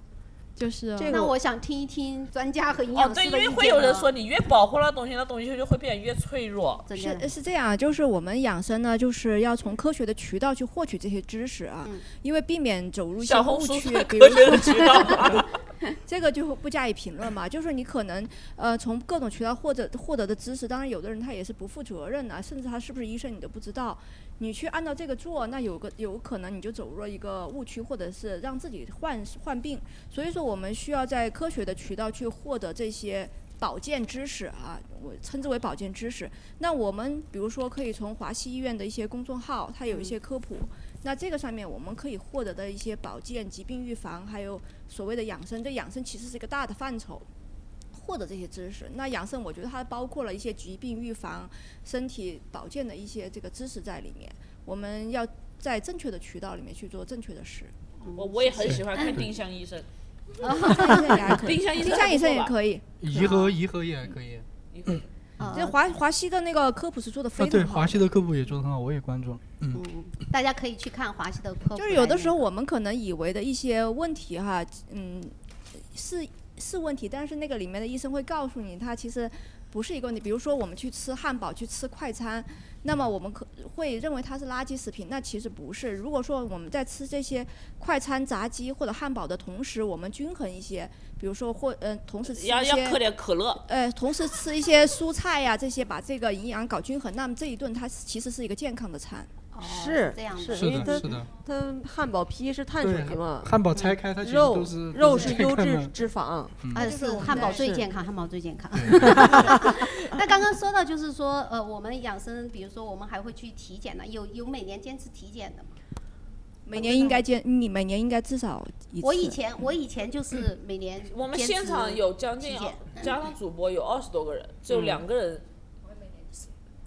N: 就是
A: 那我想听一听专家和营
C: 哦，
A: 养
C: 对，
A: 师嗯
C: 因
A: 的意
C: 为
A: 见啊呢。
C: 会有人说你越保护那东西，那东西就会变得越脆弱。
I: 是是这样啊，就是我们养生呢，就是要从科学的渠道去获取这些知识啊，因为避免走入一些
C: 小红
I: 误
C: 书
I: 区
C: 的，
I: 比
C: 科
I: 如
C: 学 的渠啊
I: 说，这个就不加以评论嘛。就是你可能呃从各种渠道获得获得的知识，当然有的人他也是不负责任的，甚至他是不是医生你都不知道。你去按照这个做，那有个有可能你就走入了一个误区，或者是让自己患患病。所以说，我们需要在科学的渠道去获得这些保健知识啊，我称之为保健知识。那我们比如说可以从华西医院的一些公众号，它
C: 嗯
I: 有一些科普。那这个上面我们可以获得的一些保健、疾病预防，还有所谓的养生，这养生其实是一个大的范畴。获得这些知识。那养生，我觉得它包括了一些疾病预防、身体保健的一些这个知识在里面。我们要在正确的渠道里面去做正确的事。
A: 嗯
I: 哦
C: 我我也很喜欢看丁香医生，
I: 丁香医生也还可以
C: 丁香医生
I: 丁香医生也可以。啊
F: 颐和颐和也还可以。
C: 啊
I: 这华华西的那个科普是做的非
F: 啊，对，
I: 常好
F: 华
I: 的。
F: 西的科普也做得很好，我也关注了。嗯，
A: 大家可以去看华西的科普来源，
I: 就是有的时候我们可能以为的一些问题哈，嗯，是是问题，但是那个里面的医生会告诉你，它其实不是一个问题。比如说我们去吃汉堡，去吃快餐，那么我们可会认为它是垃圾食品，那其实不是。如果说我们在吃这些快餐、炸鸡或者汉堡的同时，我们均衡一些，比如说或嗯、同时吃一
C: 要要
I: 些
C: 喝点可乐。
I: 呃，同时吃一些蔬菜呀、这些把这个营养搞均衡，那么这一顿它其实是一个健康的餐。
H: 是
I: 哦这样的
H: 是
F: 是
H: 因为
F: 的
H: 它
F: 是的
H: 它汉堡皮是碳水
F: 对
H: 嘛，
F: 汉堡拆开它其实
H: 肉
F: 都是
H: 肉
F: 都是
H: 优
F: 健康
H: 质
F: 的
H: 脂肪
F: 嗯，
A: 啊，是汉堡最健
H: 康。
A: 康，汉堡最健康。那刚刚说到就是说，呃，我们养生，比如说我们还会去体检呢，有有每年坚持体检的吗？
I: 每年应该坚，你每年应该至少一次。
A: 我以前我以前 就是每年
C: 我们
A: 坚持嗯
C: 现场有将近
A: 体检
C: 加上主播有二十多个人，只有
A: 嗯
C: 两个人，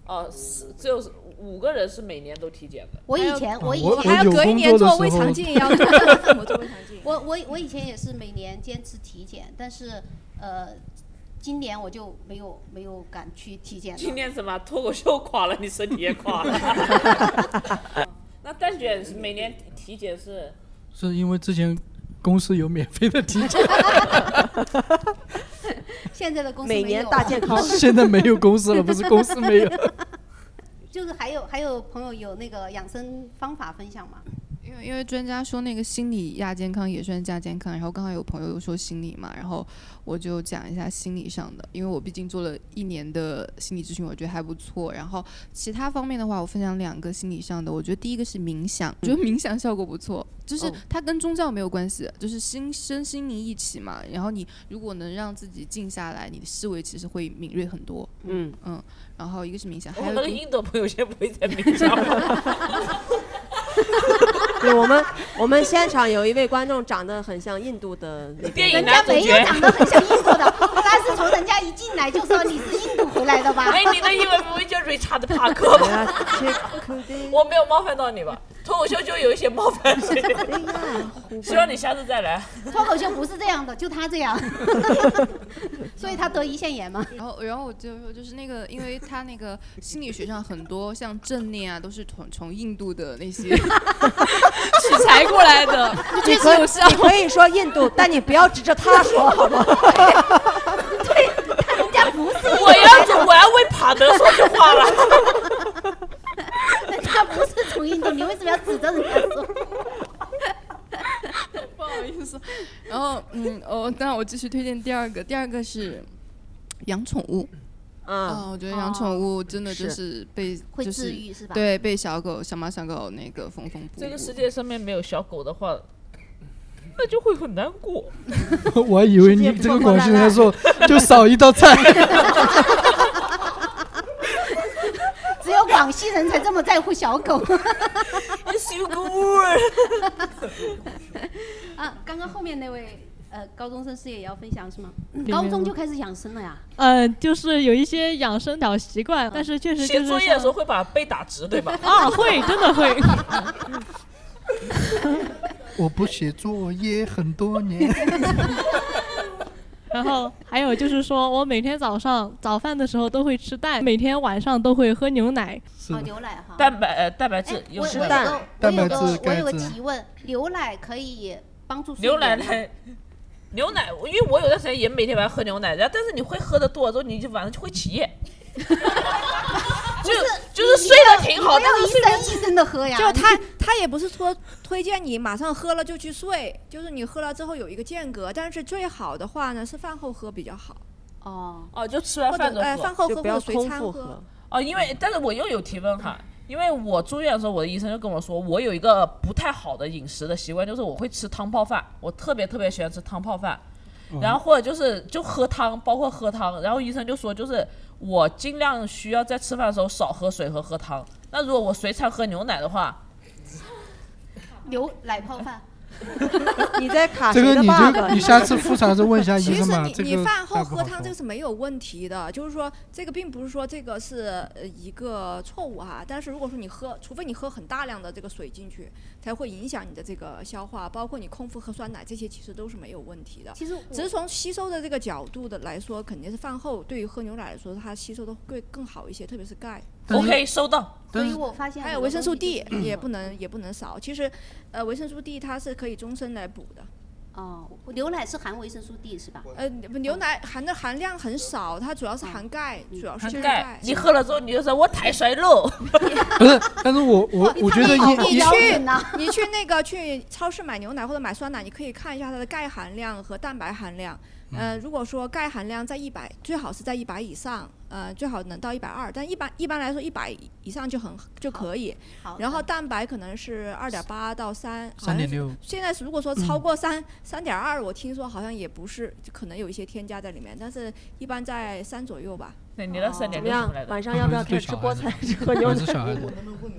C: 哦，四只有五个人是每年都体检的。
A: 啊我以前
F: 我
A: 以
F: 我
A: 前
F: 还要有隔一工年作的做胃时候肠 镜要做
A: 父母做胃肠镜。我我我以前也是每年坚持体检，但是呃，今年我就没有没有敢去体检了。
C: 今年怎么脱口秀垮了，你身体也垮了？ 那蛋卷是每年体检是
F: 是因为之前公司有免费的体检，
A: 现在的公司
H: 每
A: 没
H: 年
A: 有
H: 大
A: 了
H: 健康
F: 现在没有公司了，不是公司 没有。
A: 就是还有还有朋友有那个养生方法分享吗？
K: 因为因为专家说那个心理亚健康也算亚健康，然后刚好有朋友又说心理嘛，然后我就讲一下心理上的，因为我毕竟做了一年的心理咨询，我觉得还不错。然后其他方面的话，我分享两个心理上的，我觉得第一个是冥想，我觉得冥想效果不错，就是
J: 哦
K: 它跟宗教没有关系，就是心身心灵一起嘛。然后你如果能让自己静下来，你的思维其实会敏锐很多。
H: 嗯
K: 嗯，然后一个是冥想，
C: 我
K: 还
C: 们
K: 有
C: 那
K: 一
C: 个
K: 个
C: 印度朋友现在不会在冥想 了。
H: 对，我们我们现场有一位观众长得很像印度的那个
C: 电
A: 人家没有长得很像印度的，但是从人家一进来就说你是印度回来的吧？
C: 哎，你的英文不会叫 Richard Parker 吧？我没有冒犯到你吧？脱口秀就有一些冒犯性，希望你下次再来。
A: 脱口秀不是这样的，就他这样， 所以他得胰腺炎嘛。
K: 然后，然后我就说，就是那个，因为他那个心理学上很多像正念啊，都是从从印度的那些 取材过来的，就
H: 你
K: 确实
H: 可以
K: 有效
H: 你。可以说印度，但你不要指着他说，好吗？
A: 人家不是
C: 我要我要为帕德说句话了。
A: 人家不是从印度，你为什么要指着人家说？
K: 不好意思。然后，嗯，哦，那我继续推荐第二个，第二个是养宠物。
C: 嗯
K: 啊，我觉得养宠物真的就是是被
C: 哦会
K: 就
C: 治愈是吧
K: 对，被小狗、小猫、小狗那个缝缝补补。
C: 这个世界上面没有小狗的话，那就会很难过。
F: 我还以为你这个广西人说就少一道菜，
A: 只有广西人才这么在乎小 狗。
C: 小狗儿。
A: 啊，刚刚后面那位呃高中生是也要分享是吗
C: 嗯
M: 里？面吗
A: 高中就开始养生了呀？
M: 嗯，就是有一些养生小习惯，但是确实就
C: 写
M: 是
C: 作业的时候会把背打直，对吧？
M: 啊会真的 会
F: 我不写作业很多年。
M: 然后还有就是说，我每天早上早饭的时候都会吃蛋，每天晚上都会喝牛奶。
A: 哦，牛奶哈。
C: 蛋白呃蛋白质
A: 我
C: 有
A: 我
C: 什
A: 有
C: 么
A: 个我有个我有个
C: 钙质
A: 提问，牛奶可以帮助睡
C: 牛奶
A: 眠吗
C: 来， 牛奶，因为我有段时间也每天晚上喝牛奶，然后但是你会喝的多之后，你就晚上就会起夜。 就就是睡得挺好，但是睡眠
A: 一身的喝呀
I: 就他他也不是说推荐你马上喝了就去睡，就是你喝了之后有一个间隔，但是最好的话呢是饭后喝比较好。
A: 哦
C: 哦，就吃完饭
I: 或者呃
C: 喝，
I: 饭后喝就不要或者随空餐腹喝喝。
C: 哦，因为但是我又有提问哈，因为我住院的时候，我的医生就跟我说，我有一个不太好的饮食的习惯，就是我会吃汤泡饭，我特别特别喜欢吃汤泡饭。
M: 嗯
C: 然后或者就是就喝汤，包括喝汤，然后医生就说就是我尽量需要在吃饭的时候少喝水和喝汤。那如果我随餐喝牛奶的话，
A: 牛奶泡饭。
H: 你在卡
F: 这
H: 谁
F: 个
H: 的
F: 你
H: 爸
F: 就
H: 爸？
F: 你下次复查的时候问一下医
H: 其
F: 生
H: 实
F: 吧。
H: 你
F: 这
H: 你
F: 个
H: 饭后
F: 大不
H: 大
F: 好
H: 不
I: 喝汤这个是没有问题的，就是说这个并不是说这个是呃一个错误哈、但是如果说你喝，除非你喝很大量的这个水进去，才会影响你的这个消化，包括你空腹喝酸奶这些其实都是没有问题的。
N: 其实我
I: 只是从吸收的这个角度的来说，肯定是饭后对于喝牛奶来说，它吸收的会更好一些，特别是钙。
C: 但是 OK，收到
A: 所以我发现
I: 还
A: 很
I: 有
A: 多
I: 维生素
A: 东西
I: D
A: 就是
I: 也不能也不能少。其实，呃，维生素 D 它是可以终身来补的。
A: 哦，牛奶是含维生素 D 是吧？嗯
I: 呃，牛奶含的含量很少，它主要是含钙，主要是
C: 涵
I: 就是
C: 盖，你喝了之后你就说我太衰肉，
F: 不是，但是我我我觉得
I: 你
F: 医
I: 你
F: 医
I: 去 你去那个去超市买牛奶或者买酸奶，你可以看一下它的钙含量和蛋白含量。呃，如果说钙含量在一百，最好是在一百以上，呃，最好能到一百二，但一般一般来说一百以上就很就可以。然后蛋白可能是二点八到三，好像是
F: 3.6
I: 现在如果说超过三三点二，我听说好像也不是，就可能有一些添加在里面，但是一般在三左右吧。
C: 那你那
I: 哦
C: 三点
H: 怎么
C: 六
H: 样
C: 什么来的？
H: 晚上要不要开始吃菠菜，吃喝牛奶？
I: 嗯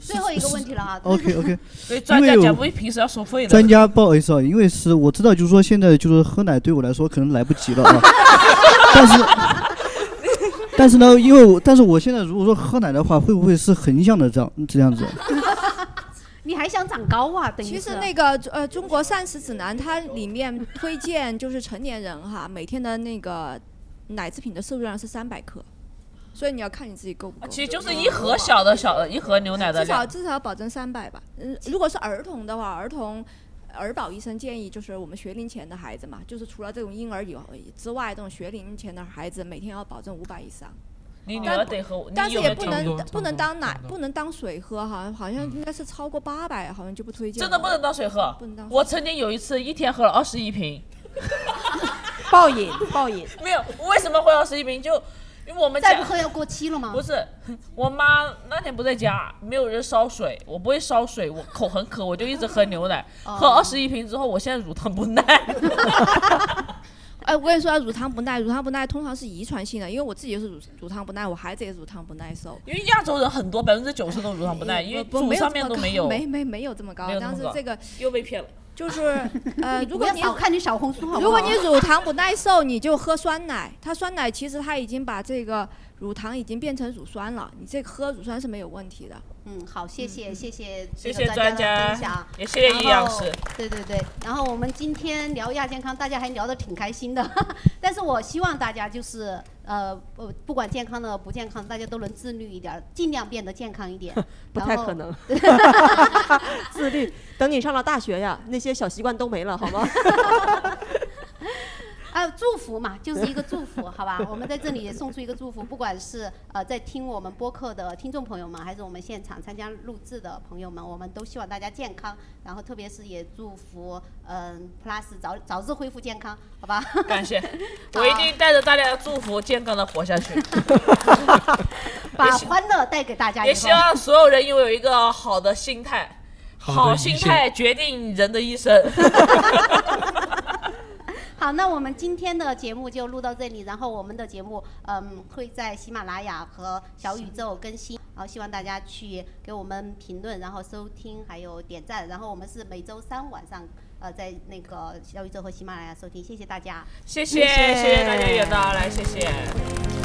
A: 最后一个问题 了啊。
C: 哦
E: OK OK，
C: 所以专家讲不平时要收费的。
E: 专家不好意思啊，因为是我知道，就是说现在就是喝奶对我来说可能来不及了啊， 但是。 但是呢，因为我但是我现在如果说喝奶的话，会不会是横向的这样这样子？
A: 你还想长高啊？等于
I: 其
A: 是
I: 实那个呃，《中国膳食指南》它里面推荐就是成年人哈，每天的那个奶制品的摄入量是三百克，所以你要看你自己够不够。
C: 啊其实就是一盒小的小的，一盒牛奶的
I: 至少
C: 量。
I: 至少保证三百吧。嗯，如果是儿童的话，儿童儿保医生建议就是我们学龄前的孩子嘛，就是除了这种婴儿以后之外，这种学龄前的孩子每天要保证五百以上。
C: 你女
I: 但
C: 儿
I: 不
C: 得和我，
I: 但
C: 你
I: 是
C: 有
I: 也
C: 没有
I: 不
C: 听
I: 能
C: 过
I: 不能当奶，不能当水喝哈，好像应该是超过八百，好像就不推荐了。
C: 嗯真的不能当水喝
I: 不能当。水
C: 我曾经有一次一天喝了二十一瓶，
H: 暴饮暴饮。
C: 没有，为什么会二十一瓶？就因为我们
A: 再
C: 家
A: 不喝要过期了吗？
C: 不是，我妈那天不在家，没有人烧水，我不会烧水，我口很渴，我就一直喝牛奶，
I: 哦
C: 喝二十一瓶之后，我现在乳糖不耐。
I: 哎，我跟你说啊，乳糖不耐，乳糖不耐通常是遗传性的，因为我自己也是乳乳糖不耐，我孩子也是乳糖不耐受。
C: 因为亚洲人很多，百分之九十都乳糖不耐，因为
I: 不
C: 祖
I: 没有
C: 上
I: 这
C: 面
I: 么
C: 都
I: 高
C: 没有。
I: 没没没有这么高
C: 没有，这
I: 但
C: 么
I: 是
C: 高
I: 这个
C: 又被骗了。
I: 就是呃，
A: 你不
I: 如果
A: 要
I: 你
A: 少看你小红书好不好
I: 如果你乳糖不耐受，你就喝酸奶。它酸奶其实它已经把这个乳糖已经变成乳酸了，你这个喝乳酸是没有问题的。
A: 嗯，好，谢谢谢谢
C: 谢
A: 这
C: 谢
A: 个
C: 专
A: 专
C: 家
A: 的分享，
C: 也谢谢
A: 然
C: 营养
A: 后
C: 师
A: 对对对，然后我们今天聊亚健康，大家还聊得挺开心的， 但是我希望大家就是呃不不管健康的不健康，大家都能自律一点儿，尽量变得健康一点
H: 。不
A: 然
H: 太
A: 后
H: 可能。自律，等你上了大学呀，那些小习惯都没了，好吗？
A: 啊，祝福嘛，就是一个祝福， 好吧？我们在这里也送出一个祝福，不管是呃在听我们播客的听众朋友们，还是我们现场参加录制的朋友们，我们都希望大家健康，然后特别是也祝福嗯、Plus 早早日恢复健康，好吧？
C: 感谢， 我一定带着大家的祝福，健康的活下去。
A: 把欢乐带给大家以后。
C: 也希望所有人拥有一个好的心态，
A: 好的
C: 好
A: 一
C: 心
A: 切
C: 态决定人的一生。
A: 好，那我们今天的节目就录到这里，然后我们的节目嗯会在喜马拉雅和小宇宙更新，然后希望大家去给我们评论，然后收听还有点赞，然后我们是每周三晚上呃在那个小宇宙和喜马拉雅收听，谢谢大家，
C: 谢谢，谢谢大家远道而来，谢谢。